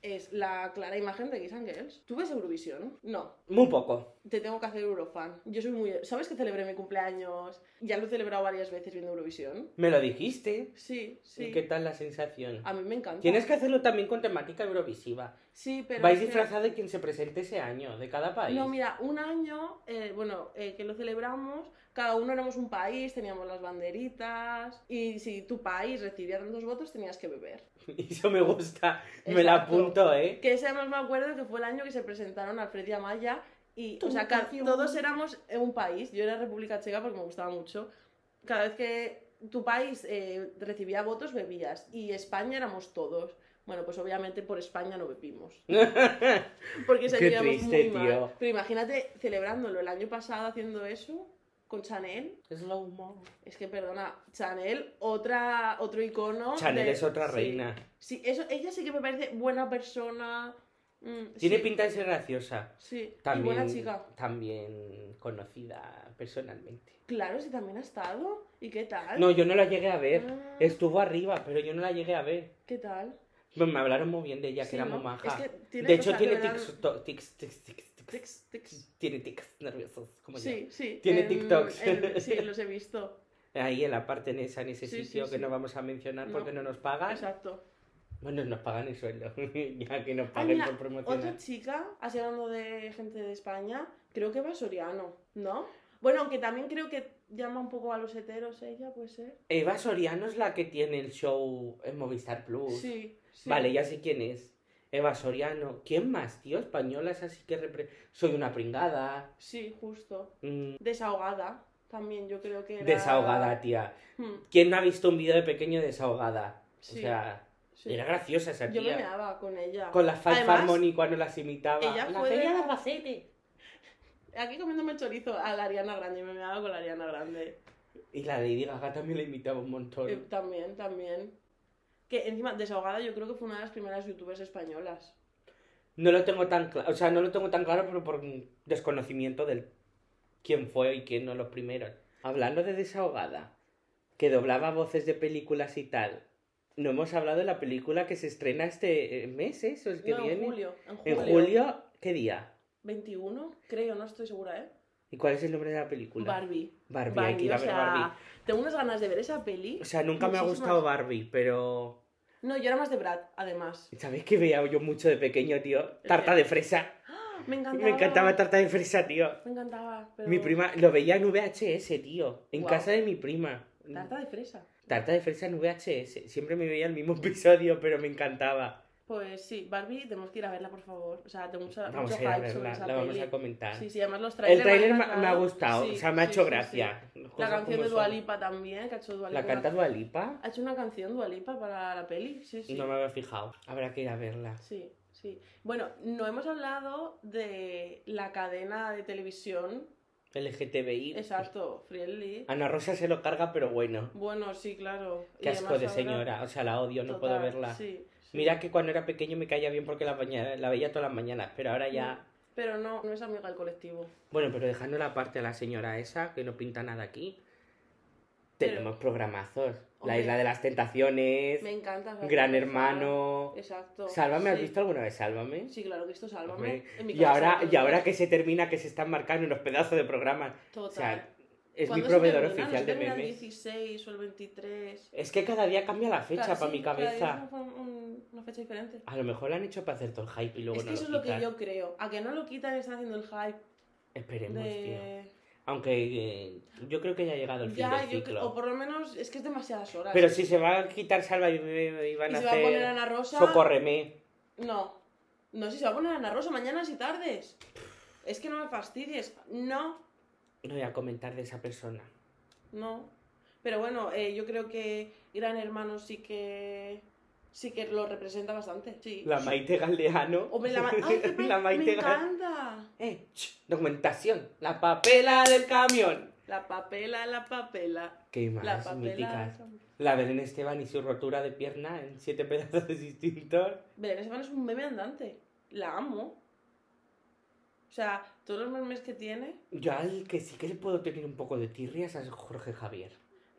Speaker 2: es la clara imagen de Gays and Girls. ¿Tú ves Eurovisión? No,
Speaker 1: Muy poco.
Speaker 2: te tengo que hacer Eurofan. Yo soy muy... ¿Sabes que celebré mi cumpleaños? Ya lo he celebrado varias veces viendo Eurovisión.
Speaker 1: Me lo dijiste.
Speaker 2: Sí, sí.
Speaker 1: ¿Y qué tal la sensación?
Speaker 2: A mí me encanta.
Speaker 1: Tienes que hacerlo también con temática eurovisiva.
Speaker 2: Sí, pero...
Speaker 1: Vais
Speaker 2: es que-
Speaker 1: disfrazado de quien se presente ese año, de cada país.
Speaker 2: No, mira, un año, eh, bueno, eh, que lo celebramos, cada uno éramos un país, teníamos las banderitas y si tu país recibía tantos votos tenías que beber.
Speaker 1: Eso me gusta. Me la
Speaker 2: Exacto.
Speaker 1: apunto, ¿eh?
Speaker 2: Que ese además me acuerdo que fue el año que se presentaron Alfred y Amaya y, o
Speaker 1: Tu
Speaker 2: sea, ca-
Speaker 1: canción.
Speaker 2: todos éramos en un país. Yo era República Checa porque me gustaba mucho. Cada vez que tu país eh, recibía votos, bebías. Y España éramos todos. Bueno, pues obviamente por España no bebimos. Porque se
Speaker 1: Qué
Speaker 2: llevamos
Speaker 1: triste,
Speaker 2: muy
Speaker 1: tío.
Speaker 2: mal. Pero imagínate celebrándolo el año pasado haciendo eso con Chanel.
Speaker 1: Slow mo.
Speaker 2: Es que, perdona, Chanel, otra, otro icono.
Speaker 1: Chanel
Speaker 2: de-
Speaker 1: es otra
Speaker 2: sí.
Speaker 1: reina.
Speaker 2: Sí, eso, ella sí que me parece buena persona. mm,
Speaker 1: Tiene
Speaker 2: sí.
Speaker 1: pinta de ser graciosa.
Speaker 2: Sí, y
Speaker 1: También,
Speaker 2: buena chica.
Speaker 1: también conocida personalmente.
Speaker 2: Claro, si también ha estado. ¿Y qué tal?
Speaker 1: No, yo no la llegué a ver.
Speaker 2: Ah,
Speaker 1: Estuvo arriba, pero yo no la llegué a ver.
Speaker 2: ¿Qué tal?
Speaker 1: Me me hablaron muy bien de ella,
Speaker 2: Sí,
Speaker 1: que era
Speaker 2: ¿no?
Speaker 1: muy maja.
Speaker 2: Es que tiene-
Speaker 1: de
Speaker 2: o
Speaker 1: hecho,
Speaker 2: sea,
Speaker 1: tiene
Speaker 2: de verdad-
Speaker 1: tics, to- tics, tics, tics, tics,
Speaker 2: Tics, tics.
Speaker 1: Tiene tics nerviosos, como
Speaker 2: Sí, sí.
Speaker 1: Tiene TikToks.
Speaker 2: en- sí, los he visto.
Speaker 1: yo. Ahí en la parte en esa, en ese
Speaker 2: Sí, sí,
Speaker 1: sitio que
Speaker 2: sí.
Speaker 1: no vamos a mencionar
Speaker 2: No.
Speaker 1: porque no nos pagan.
Speaker 2: Exacto.
Speaker 1: Bueno, nos pagan el sueldo. ya que nos
Speaker 2: Ah,
Speaker 1: paguen
Speaker 2: mira,
Speaker 1: por promocionar.
Speaker 2: otra chica, así hablando de gente de España, creo que va Soriano, ¿no? Bueno, aunque también creo que llama un poco a los heteros ella, puede ser.
Speaker 1: Eva Soriano es la que tiene el show en Movistar Plus.
Speaker 2: Sí, sí.
Speaker 1: Vale, ya sé quién es. Eva Soriano. ¿Quién más, tío? Españolas así que... repre- Soy una pringada.
Speaker 2: Sí, justo.
Speaker 1: mm,
Speaker 2: Desahogada, también yo creo que era...
Speaker 1: desahogada, tía.
Speaker 2: Hmm,
Speaker 1: ¿Quién no ha visto un vídeo de pequeño desahogada?
Speaker 2: Sí,
Speaker 1: O sea,
Speaker 2: sí.
Speaker 1: era graciosa esa
Speaker 2: Yo me
Speaker 1: tía.
Speaker 2: meaba con ella.
Speaker 1: Con las Five
Speaker 2: Además,
Speaker 1: Harmony cuando las imitaba.
Speaker 2: ella
Speaker 1: la
Speaker 2: fue
Speaker 1: feria
Speaker 2: de-
Speaker 1: de Albacete.
Speaker 2: Aquí comiéndome chorizo a la Ariana Grande, me meaba con la Ariana Grande.
Speaker 1: Y la Lady Gaga también la imitaba un montón.
Speaker 2: Eh, también, también. Que encima, Desahogada yo creo que fue una de las primeras youtubers españolas.
Speaker 1: No lo tengo tan claro, o sea, no lo tengo tan claro, pero por desconocimiento del quién fue y quién no los primeros. Hablando de desahogada, que doblaba voces de películas y tal. No hemos hablado de la película que se estrena este eh, mes, ¿eh? ¿Eso es que
Speaker 2: No, en
Speaker 1: viene?
Speaker 2: julio, en
Speaker 1: En
Speaker 2: julio.
Speaker 1: julio, ¿qué día?
Speaker 2: 21, creo, no estoy segura, ¿eh?
Speaker 1: ¿Y cuál es el nombre de la película?
Speaker 2: Barbie.
Speaker 1: Barbie, hay que ir a
Speaker 2: o
Speaker 1: ver
Speaker 2: sea,
Speaker 1: Barbie.
Speaker 2: tengo unas ganas de ver esa peli.
Speaker 1: O sea, nunca me ha
Speaker 2: muchísimas.
Speaker 1: gustado Barbie, pero.
Speaker 2: No, yo era más de Brad, además.
Speaker 1: ¿Sabéis qué veía yo mucho de pequeño, tío?
Speaker 2: Eh,
Speaker 1: Tarta de fresa.
Speaker 2: ¡Ah! Me encantaba.
Speaker 1: Me encantaba tarta de fresa, tío.
Speaker 2: Me encantaba. pero-
Speaker 1: Mi prima lo veía en VHS, tío. En
Speaker 2: Guau.
Speaker 1: casa de mi prima.
Speaker 2: Tarta de fresa.
Speaker 1: Tarta de fresa en VHS. Siempre me veía el mismo episodio, pero me encantaba.
Speaker 2: Pues sí, Barbie, tenemos que ir a verla, por favor. O sea, tengo mucho,
Speaker 1: Vamos
Speaker 2: mucho
Speaker 1: a ir a
Speaker 2: hype sobre
Speaker 1: verla,
Speaker 2: esa
Speaker 1: la vamos
Speaker 2: peli.
Speaker 1: a comentar.
Speaker 2: Sí, sí, además los
Speaker 1: el
Speaker 2: trailers.
Speaker 1: tráiler me,
Speaker 2: han
Speaker 1: me ha
Speaker 2: encantado.
Speaker 1: gustado,
Speaker 2: Sí,
Speaker 1: o sea, me ha
Speaker 2: sí,
Speaker 1: hecho
Speaker 2: sí, sí.
Speaker 1: gracia.
Speaker 2: La
Speaker 1: Cosas
Speaker 2: canción
Speaker 1: como
Speaker 2: de
Speaker 1: son.
Speaker 2: Dualipa también, que ha hecho Dualipa.
Speaker 1: ¿La canta Dualipa?
Speaker 2: Ha hecho una canción Dualipa para la peli, sí, sí.
Speaker 1: No me había fijado. Habrá que ir a verla.
Speaker 2: Sí, sí. Bueno, no hemos hablado de la cadena de televisión.
Speaker 1: LGTBI.
Speaker 2: Exacto, Friendly.
Speaker 1: Ana Rosa se lo carga, pero bueno.
Speaker 2: Bueno, sí, claro. Y
Speaker 1: Ah, Qué asco
Speaker 2: además
Speaker 1: de
Speaker 2: ahora-
Speaker 1: señora. O sea, la odio, no puedo
Speaker 2: Total,
Speaker 1: verla.
Speaker 2: sí, sí.
Speaker 1: Mira que cuando era pequeño me caía bien porque la, baña- la veía todas las mañanas, pero ahora ya...
Speaker 2: Pero no, no es amiga del colectivo.
Speaker 1: Bueno, pero dejando la parte a la señora esa, que no pinta nada aquí.
Speaker 2: Pero-
Speaker 1: Tenemos programazos. La
Speaker 2: Hombre.
Speaker 1: Isla de las Tentaciones,
Speaker 2: Me encanta. Sálvame,
Speaker 1: Gran
Speaker 2: por favor.
Speaker 1: Hermano.
Speaker 2: Exacto.
Speaker 1: Sálvame, ¿has
Speaker 2: Sí.
Speaker 1: visto alguna vez Sálvame?
Speaker 2: Sí, claro que esto sálvame.
Speaker 1: Hombre,
Speaker 2: En mi
Speaker 1: Y
Speaker 2: casa,
Speaker 1: ahora,
Speaker 2: total.
Speaker 1: y ahora que se termina, que se están marcando unos pedazos de programas.
Speaker 2: Total.
Speaker 1: O sea, es mi
Speaker 2: ¿Cuándo se
Speaker 1: proveedor
Speaker 2: termina? ¿No
Speaker 1: oficial
Speaker 2: se
Speaker 1: de
Speaker 2: termina
Speaker 1: memes.
Speaker 2: El 16 o el 23.
Speaker 1: Es que cada día cambia la fecha
Speaker 2: Claro,
Speaker 1: para
Speaker 2: sí,
Speaker 1: mi
Speaker 2: cada día
Speaker 1: cabeza.
Speaker 2: es una, un- una fecha diferente.
Speaker 1: A lo mejor lo han hecho para hacer todo el hype y luego
Speaker 2: es que
Speaker 1: no
Speaker 2: eso es
Speaker 1: lo
Speaker 2: lo que
Speaker 1: quitan.
Speaker 2: yo creo. A que no lo quitan están haciendo el hype
Speaker 1: Esperemos, tío.
Speaker 2: de...
Speaker 1: Aunque eh, yo creo que ya ha llegado el fin
Speaker 2: Ya,
Speaker 1: del
Speaker 2: yo creo-
Speaker 1: ciclo.
Speaker 2: o por lo menos es que es demasiadas horas.
Speaker 1: Pero si se va a quitar Salva y, y van
Speaker 2: y
Speaker 1: a
Speaker 2: se va a poner
Speaker 1: hacer
Speaker 2: Ana Rosa...
Speaker 1: Socórreme.
Speaker 2: No. No, si se va a poner Ana Rosa mañanas y tardes. Es que no me fastidies. No,
Speaker 1: No voy a comentar de esa persona.
Speaker 2: no. Pero bueno, eh, yo creo que Gran Hermano sí que... Sí que lo representa bastante. Sí.
Speaker 1: La Maite Galdeano.
Speaker 2: Hombre, la, Ma- ¡Ay, qué pe-
Speaker 1: La
Speaker 2: me
Speaker 1: Maite Galdeano.
Speaker 2: encanta.
Speaker 1: Eh, ch, documentación. La papela del camión.
Speaker 2: La papela, la papela.
Speaker 1: Qué
Speaker 2: La
Speaker 1: más
Speaker 2: papela.
Speaker 1: míticas. La Belén Esteban y su rotura de pierna en siete pedazos distintos.
Speaker 2: Belén Esteban es un meme andante. La amo. O sea, todos los memes que tiene.
Speaker 1: Yo al que sí que le puedo tener un poco de tirrias es a Jorge Javier.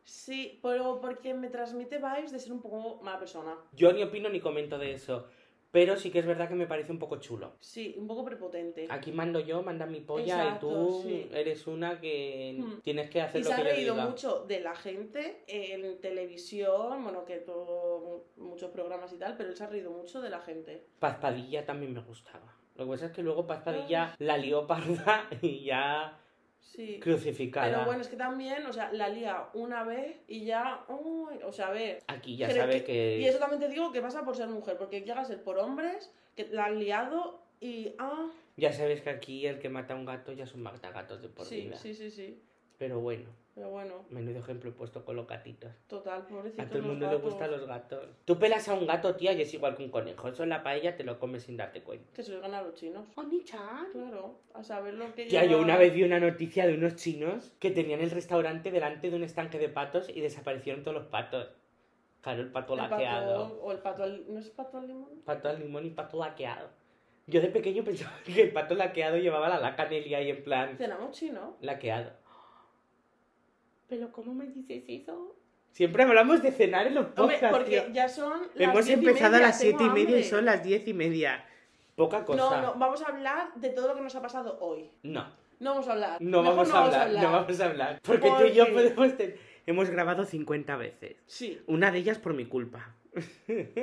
Speaker 2: Sí, pero porque me transmite vibes de ser un poco mala persona.
Speaker 1: Yo ni opino ni comento de eso. Pero sí que es verdad que me parece un poco chulo.
Speaker 2: Sí, un poco prepotente.
Speaker 1: Aquí mando yo, manda mi polla
Speaker 2: Exacto,
Speaker 1: y tú
Speaker 2: sí.
Speaker 1: eres una que
Speaker 2: Mm.
Speaker 1: tienes que hacer
Speaker 2: Y
Speaker 1: lo
Speaker 2: se ha
Speaker 1: que yo
Speaker 2: reído
Speaker 1: diga.
Speaker 2: mucho de la gente en televisión, bueno, que tuvo mu- muchos programas y tal, pero él se ha reído mucho de la gente.
Speaker 1: Paz Padilla también me gustaba. Lo que pasa es que luego Paz
Speaker 2: Ah.
Speaker 1: Padilla la lió parda y ya
Speaker 2: Sí.
Speaker 1: crucificada.
Speaker 2: Pero bueno, es que también, o sea, la lía una vez y ya, uy, o sea, a ver,
Speaker 1: Aquí ya
Speaker 2: Pero
Speaker 1: sabe que...
Speaker 2: Y eso también te digo que pasa por ser mujer, porque llega a ser por hombres que la han liado y. Ah,
Speaker 1: Ya sabes que aquí el que mata a un gato ya son matagatos de por
Speaker 2: sí,
Speaker 1: vida.
Speaker 2: sí, sí, sí.
Speaker 1: Pero bueno,
Speaker 2: Pero bueno,
Speaker 1: menudo ejemplo he puesto con los gatitos.
Speaker 2: total, pobrecito.
Speaker 1: A todo el mundo le gustan los gatos. Tú pelas a un gato, tía, y es igual que un conejo. Eso en la paella te lo comes sin darte cuenta.
Speaker 2: Que se los ganan los chinos.
Speaker 1: Oni-chan.
Speaker 2: Claro, a saber lo que.
Speaker 1: Tía, yo
Speaker 2: lleva-
Speaker 1: una vez vi una noticia de unos chinos que tenían el restaurante delante de un estanque de patos y desaparecieron todos los patos. Claro, el pato
Speaker 2: el
Speaker 1: laqueado.
Speaker 2: pato, O el pato al. ¿No es pato al limón?
Speaker 1: Pato al limón y pato laqueado. Yo de pequeño pensaba que el pato laqueado llevaba la laca en y en plan
Speaker 2: Cenamos chino.
Speaker 1: laqueado. ¿Pero cómo me dices eso? Siempre hablamos de cenar en los
Speaker 2: Hombre,
Speaker 1: podcasts,
Speaker 2: porque
Speaker 1: tío.
Speaker 2: ya son. las
Speaker 1: Hemos
Speaker 2: diez y
Speaker 1: empezado a
Speaker 2: media,
Speaker 1: las siete y
Speaker 2: tengo
Speaker 1: media y
Speaker 2: hambre.
Speaker 1: son las diez y media. Poca cosa.
Speaker 2: No, no, vamos a hablar de todo lo que nos ha pasado hoy.
Speaker 1: No,
Speaker 2: No vamos a hablar.
Speaker 1: no
Speaker 2: Mejor
Speaker 1: vamos, a hablar, no
Speaker 2: hablar.
Speaker 1: vamos a hablar. Porque tú
Speaker 2: Porque-
Speaker 1: y yo podemos ten- Hemos grabado 50 veces.
Speaker 2: Sí.
Speaker 1: Una de ellas por mi culpa.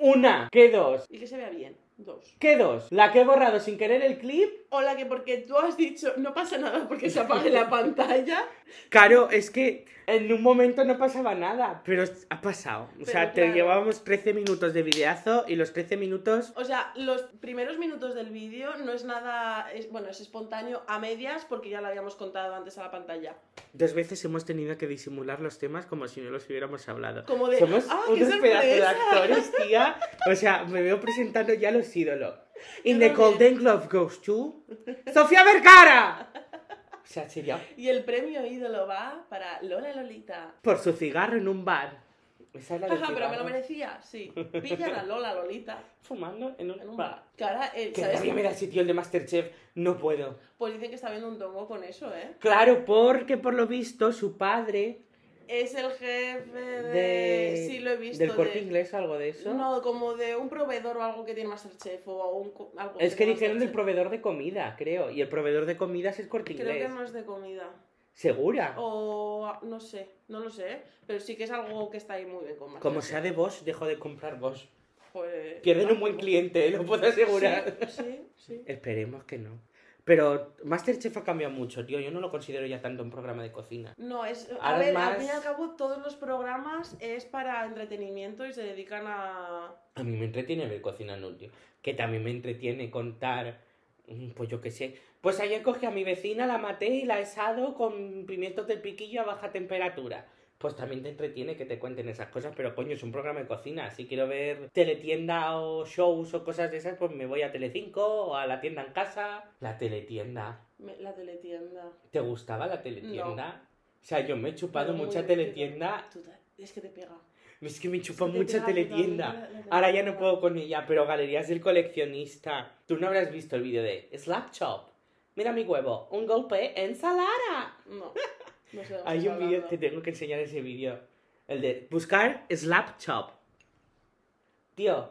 Speaker 1: Una, ¿qué dos?
Speaker 2: Y que se vea bien. Dos.
Speaker 1: ¿Qué dos? La que he borrado sin querer el clip.
Speaker 2: Hola, que porque tú has dicho, no pasa nada porque se apague la pantalla.
Speaker 1: Claro, es que en un momento no pasaba nada, pero ha pasado. O sea,
Speaker 2: Pero
Speaker 1: te
Speaker 2: claro.
Speaker 1: llevábamos 13 minutos de videazo y los 13 minutos...
Speaker 2: O sea, los primeros minutos del vídeo no es nada, es, bueno, es espontáneo a medias porque ya lo habíamos contado antes a la pantalla.
Speaker 1: Dos veces hemos tenido que disimular los temas como si no los hubiéramos hablado.
Speaker 2: Como de,
Speaker 1: Somos
Speaker 2: ¡ah, qué
Speaker 1: unos pedazos de
Speaker 2: sorpresa!
Speaker 1: actores, tía. O sea, me veo presentando ya los ídolos. In
Speaker 2: Yo
Speaker 1: the
Speaker 2: también.
Speaker 1: Golden Glove goes to Sofía Vergara. O sea, sería
Speaker 2: Y el premio ídolo va para Lola Lolita.
Speaker 1: por su cigarro en un bar. Esa es la de
Speaker 2: Jaja, pero me lo
Speaker 1: cigarro.
Speaker 2: merecía, sí. Pillan a Lola Lolita
Speaker 1: Fumando en un,
Speaker 2: en un
Speaker 1: bar.
Speaker 2: bar. Que ahora, eh,
Speaker 1: Que
Speaker 2: ¿sabes?
Speaker 1: rabia me da ese tío el de Masterchef. No puedo.
Speaker 2: Pues dicen que está viendo un tongo con eso, ¿eh?
Speaker 1: Claro, porque por lo visto su padre
Speaker 2: Es el jefe de...
Speaker 1: de-
Speaker 2: Eh, Sí, lo he visto.
Speaker 1: del corte
Speaker 2: de-
Speaker 1: inglés o algo de eso.
Speaker 2: No, como de un proveedor o algo que tiene Masterchef o un, co- algo.
Speaker 1: Es que
Speaker 2: tiene
Speaker 1: dijeron del
Speaker 2: Masterchef.
Speaker 1: proveedor de comida, creo. Y el proveedor de comidas es corte inglés.
Speaker 2: Creo que no Oh. es de comida.
Speaker 1: ¿Segura?
Speaker 2: O no sé, no lo sé. Pero sí que es algo que está ahí muy bien con
Speaker 1: Como
Speaker 2: Masterchef.
Speaker 1: sea de Bosch, dejo de comprar Bosch.
Speaker 2: Pues-
Speaker 1: Pierden un buen cliente, lo puedo asegurar.
Speaker 2: Sí, sí. sí.
Speaker 1: Esperemos que no. Pero Masterchef ha cambiado mucho, tío. Yo no lo considero ya tanto un programa de cocina.
Speaker 2: No, es. A
Speaker 1: Ahora
Speaker 2: ver,
Speaker 1: más-
Speaker 2: al fin y al cabo, todos los programas es para entretenimiento y se dedican a.
Speaker 1: A mí me entretiene ver cocinando, tío. Que también me entretiene contar, mm, pues yo qué sé. Pues ayer cogí a mi vecina, la maté y la he asado con pimientos del piquillo a baja temperatura. Pues también te entretiene que te cuenten esas cosas, pero coño, es un programa de cocina. Si quiero ver teletienda o shows o cosas de esas, pues me voy a Telecinco o a la tienda en casa. La teletienda.
Speaker 2: me- la teletienda.
Speaker 1: ¿Te gustaba la teletienda? O sea, yo me he chupado
Speaker 2: Muy
Speaker 1: mucha
Speaker 2: divertido.
Speaker 1: teletienda.
Speaker 2: Ah, Tú te- Es que te pega.
Speaker 1: Es que me
Speaker 2: Es
Speaker 1: chupa
Speaker 2: que te
Speaker 1: mucha
Speaker 2: pega totalmente
Speaker 1: teletienda.
Speaker 2: la- la
Speaker 1: Ahora ya no
Speaker 2: teletienda.
Speaker 1: puedo con ella, pero Galerías del Coleccionista. Tú no habrás visto el vídeo de Slap Chop. Mira mi huevo, un golpe en ensalada.
Speaker 2: No. No sé de qué
Speaker 1: Hay
Speaker 2: estás
Speaker 1: un vídeo,
Speaker 2: hablando.
Speaker 1: te tengo que enseñar ese vídeo. El de buscar slap chop. Tío,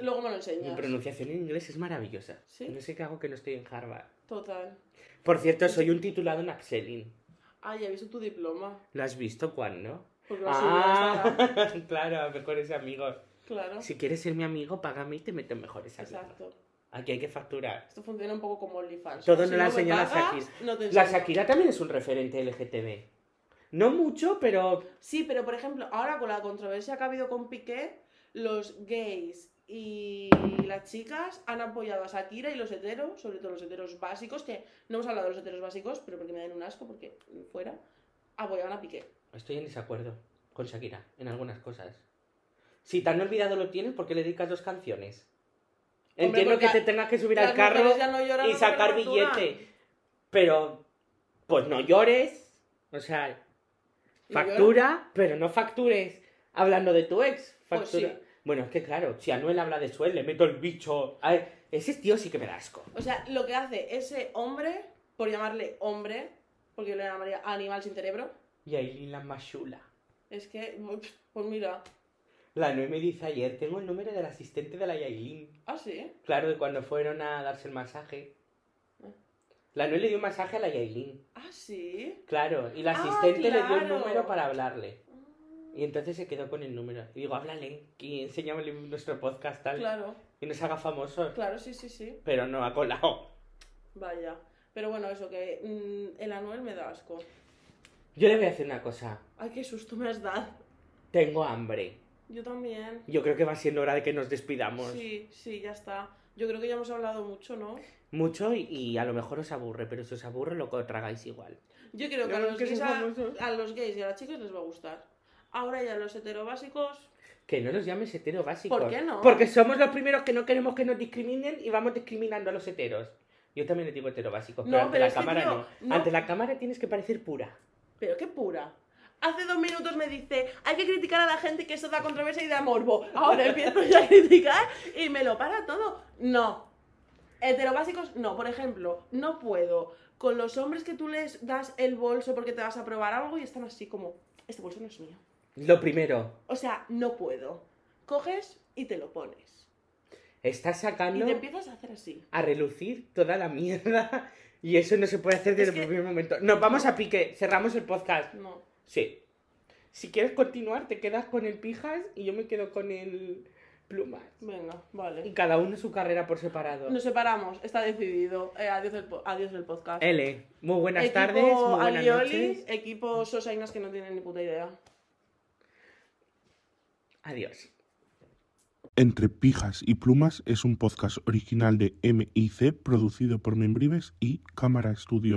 Speaker 2: Luego me lo
Speaker 1: mi
Speaker 2: enseñas.
Speaker 1: pronunciación en inglés es maravillosa.
Speaker 2: ¿Sí?
Speaker 1: No sé qué hago que no estoy en Harvard.
Speaker 2: Total.
Speaker 1: Por cierto, soy un titulado en Axelin.
Speaker 2: Ah, ya he visto tu diploma.
Speaker 1: ¿Lo has visto, Juan, no?
Speaker 2: Porque lo has subido a Instagram.
Speaker 1: Ah, claro, mejores amigos.
Speaker 2: Claro.
Speaker 1: Si quieres ser mi amigo, págame y te meto en mejores amigos.
Speaker 2: Exacto.
Speaker 1: Aquí hay que facturar.
Speaker 2: Esto funciona un poco como OnlyFans.
Speaker 1: Todo
Speaker 2: Si
Speaker 1: no la
Speaker 2: me
Speaker 1: enseña la
Speaker 2: pagas,
Speaker 1: Shakira.
Speaker 2: No te
Speaker 1: La
Speaker 2: enseño.
Speaker 1: Shakira también es un referente LGTB. No mucho, pero
Speaker 2: Sí, pero por ejemplo, ahora con la controversia que ha habido con Piqué, los gays y las chicas han apoyado a Shakira y los heteros, sobre todo los heteros básicos, que no hemos hablado de los heteros básicos, pero porque me dan un asco, porque fuera, apoyaban a Piqué.
Speaker 1: Estoy en desacuerdo con Shakira en algunas cosas. Si tan olvidado lo tienes, ¿por qué le dedicas dos canciones?
Speaker 2: Hombre,
Speaker 1: Entiendo que
Speaker 2: porque
Speaker 1: te tengas que subir
Speaker 2: Las
Speaker 1: al carro
Speaker 2: mujeres ya no lloran,
Speaker 1: y
Speaker 2: no
Speaker 1: sacar
Speaker 2: lloran, lloran.
Speaker 1: billete. Pero, pues no llores. O sea,
Speaker 2: No
Speaker 1: factura, pero no factures. Hablando de tu ex,
Speaker 2: Pues
Speaker 1: factura.
Speaker 2: sí.
Speaker 1: Bueno, es que claro, si Anuel habla de su ex, le meto el bicho. Ay, ese tío sí que me da asco.
Speaker 2: O sea, lo que hace ese hombre, por llamarle hombre, porque yo le llamaría animal sin cerebro,
Speaker 1: Y ahí la machula.
Speaker 2: es que, pues mira,
Speaker 1: La Noé me dice ayer, tengo el número del asistente de la Yailin.
Speaker 2: ah, sí,
Speaker 1: Claro, de cuando fueron a darse el masaje. La Noel le dio un masaje a la Yailin.
Speaker 2: ah, sí.
Speaker 1: Claro, y la
Speaker 2: Ah,
Speaker 1: asistente le dio el
Speaker 2: claro.
Speaker 1: número para hablarle. Y entonces se quedó con el número. Y digo, háblale, que enséñamele nuestro podcast tal.
Speaker 2: Claro,
Speaker 1: Y nos haga famosos.
Speaker 2: claro, sí, sí, sí.
Speaker 1: Pero no ha colado.
Speaker 2: Vaya. Pero bueno, eso que mm, el Anuel me da asco.
Speaker 1: Yo le voy a decir una cosa.
Speaker 2: Ay, qué susto me has dado.
Speaker 1: Tengo hambre.
Speaker 2: Yo también.
Speaker 1: Yo creo que va siendo hora de que nos despidamos.
Speaker 2: Sí, sí, ya está. Yo creo que ya hemos hablado mucho, ¿no?
Speaker 1: Mucho y, y a lo mejor os aburre, pero si os aburre lo tragáis igual.
Speaker 2: Yo creo que
Speaker 1: Ya
Speaker 2: a
Speaker 1: ves
Speaker 2: los,
Speaker 1: que
Speaker 2: gays,
Speaker 1: soy
Speaker 2: a,
Speaker 1: famoso.
Speaker 2: a los gays y a las chicas les va a gustar. Ahora ya los heterobásicos.
Speaker 1: Que no los llames heteros básicos.
Speaker 2: ¿Por qué no?
Speaker 1: Porque somos los primeros que no queremos que nos discriminen y vamos discriminando a los heteros. Yo también les digo hetero básicos, pero
Speaker 2: No,
Speaker 1: ante
Speaker 2: pero
Speaker 1: la
Speaker 2: es que,
Speaker 1: cámara
Speaker 2: tío,
Speaker 1: no.
Speaker 2: no.
Speaker 1: Ante la cámara tienes que parecer pura.
Speaker 2: Pero qué pura. Hace dos minutos me dice, hay que criticar a la gente que eso da controversia y da morbo. Ahora empiezo yo a criticar y me lo para todo. No. Heterobásicos, no. Por ejemplo, no puedo con los hombres que tú les das el bolso porque te vas a probar algo y están así como, este bolso no es mío.
Speaker 1: Lo primero,
Speaker 2: O sea, no puedo. Coges y te lo pones.
Speaker 1: estás
Speaker 2: Y
Speaker 1: sacando
Speaker 2: te empiezas a hacer así.
Speaker 1: a relucir toda la mierda y eso no se puede hacer desde
Speaker 2: Es
Speaker 1: el
Speaker 2: que-
Speaker 1: primer momento. Nos vamos a pique, cerramos el podcast.
Speaker 2: No.
Speaker 1: Sí. Si quieres continuar, te quedas con el pijas y yo me quedo con el plumas.
Speaker 2: Venga,
Speaker 1: Y
Speaker 2: vale.
Speaker 1: cada uno su carrera por separado.
Speaker 2: Nos separamos, está decidido. Eh, adiós, el po- adiós el podcast.
Speaker 1: L, muy buenas
Speaker 2: equipo
Speaker 1: tardes, muy buenas
Speaker 2: Alioli,
Speaker 1: noches.
Speaker 2: equipo Sosainas que no tienen ni puta idea.
Speaker 1: Adiós.
Speaker 3: Entre Pijas y Plumas es un podcast original de MIC producido por Membrives y Cámara Estudio.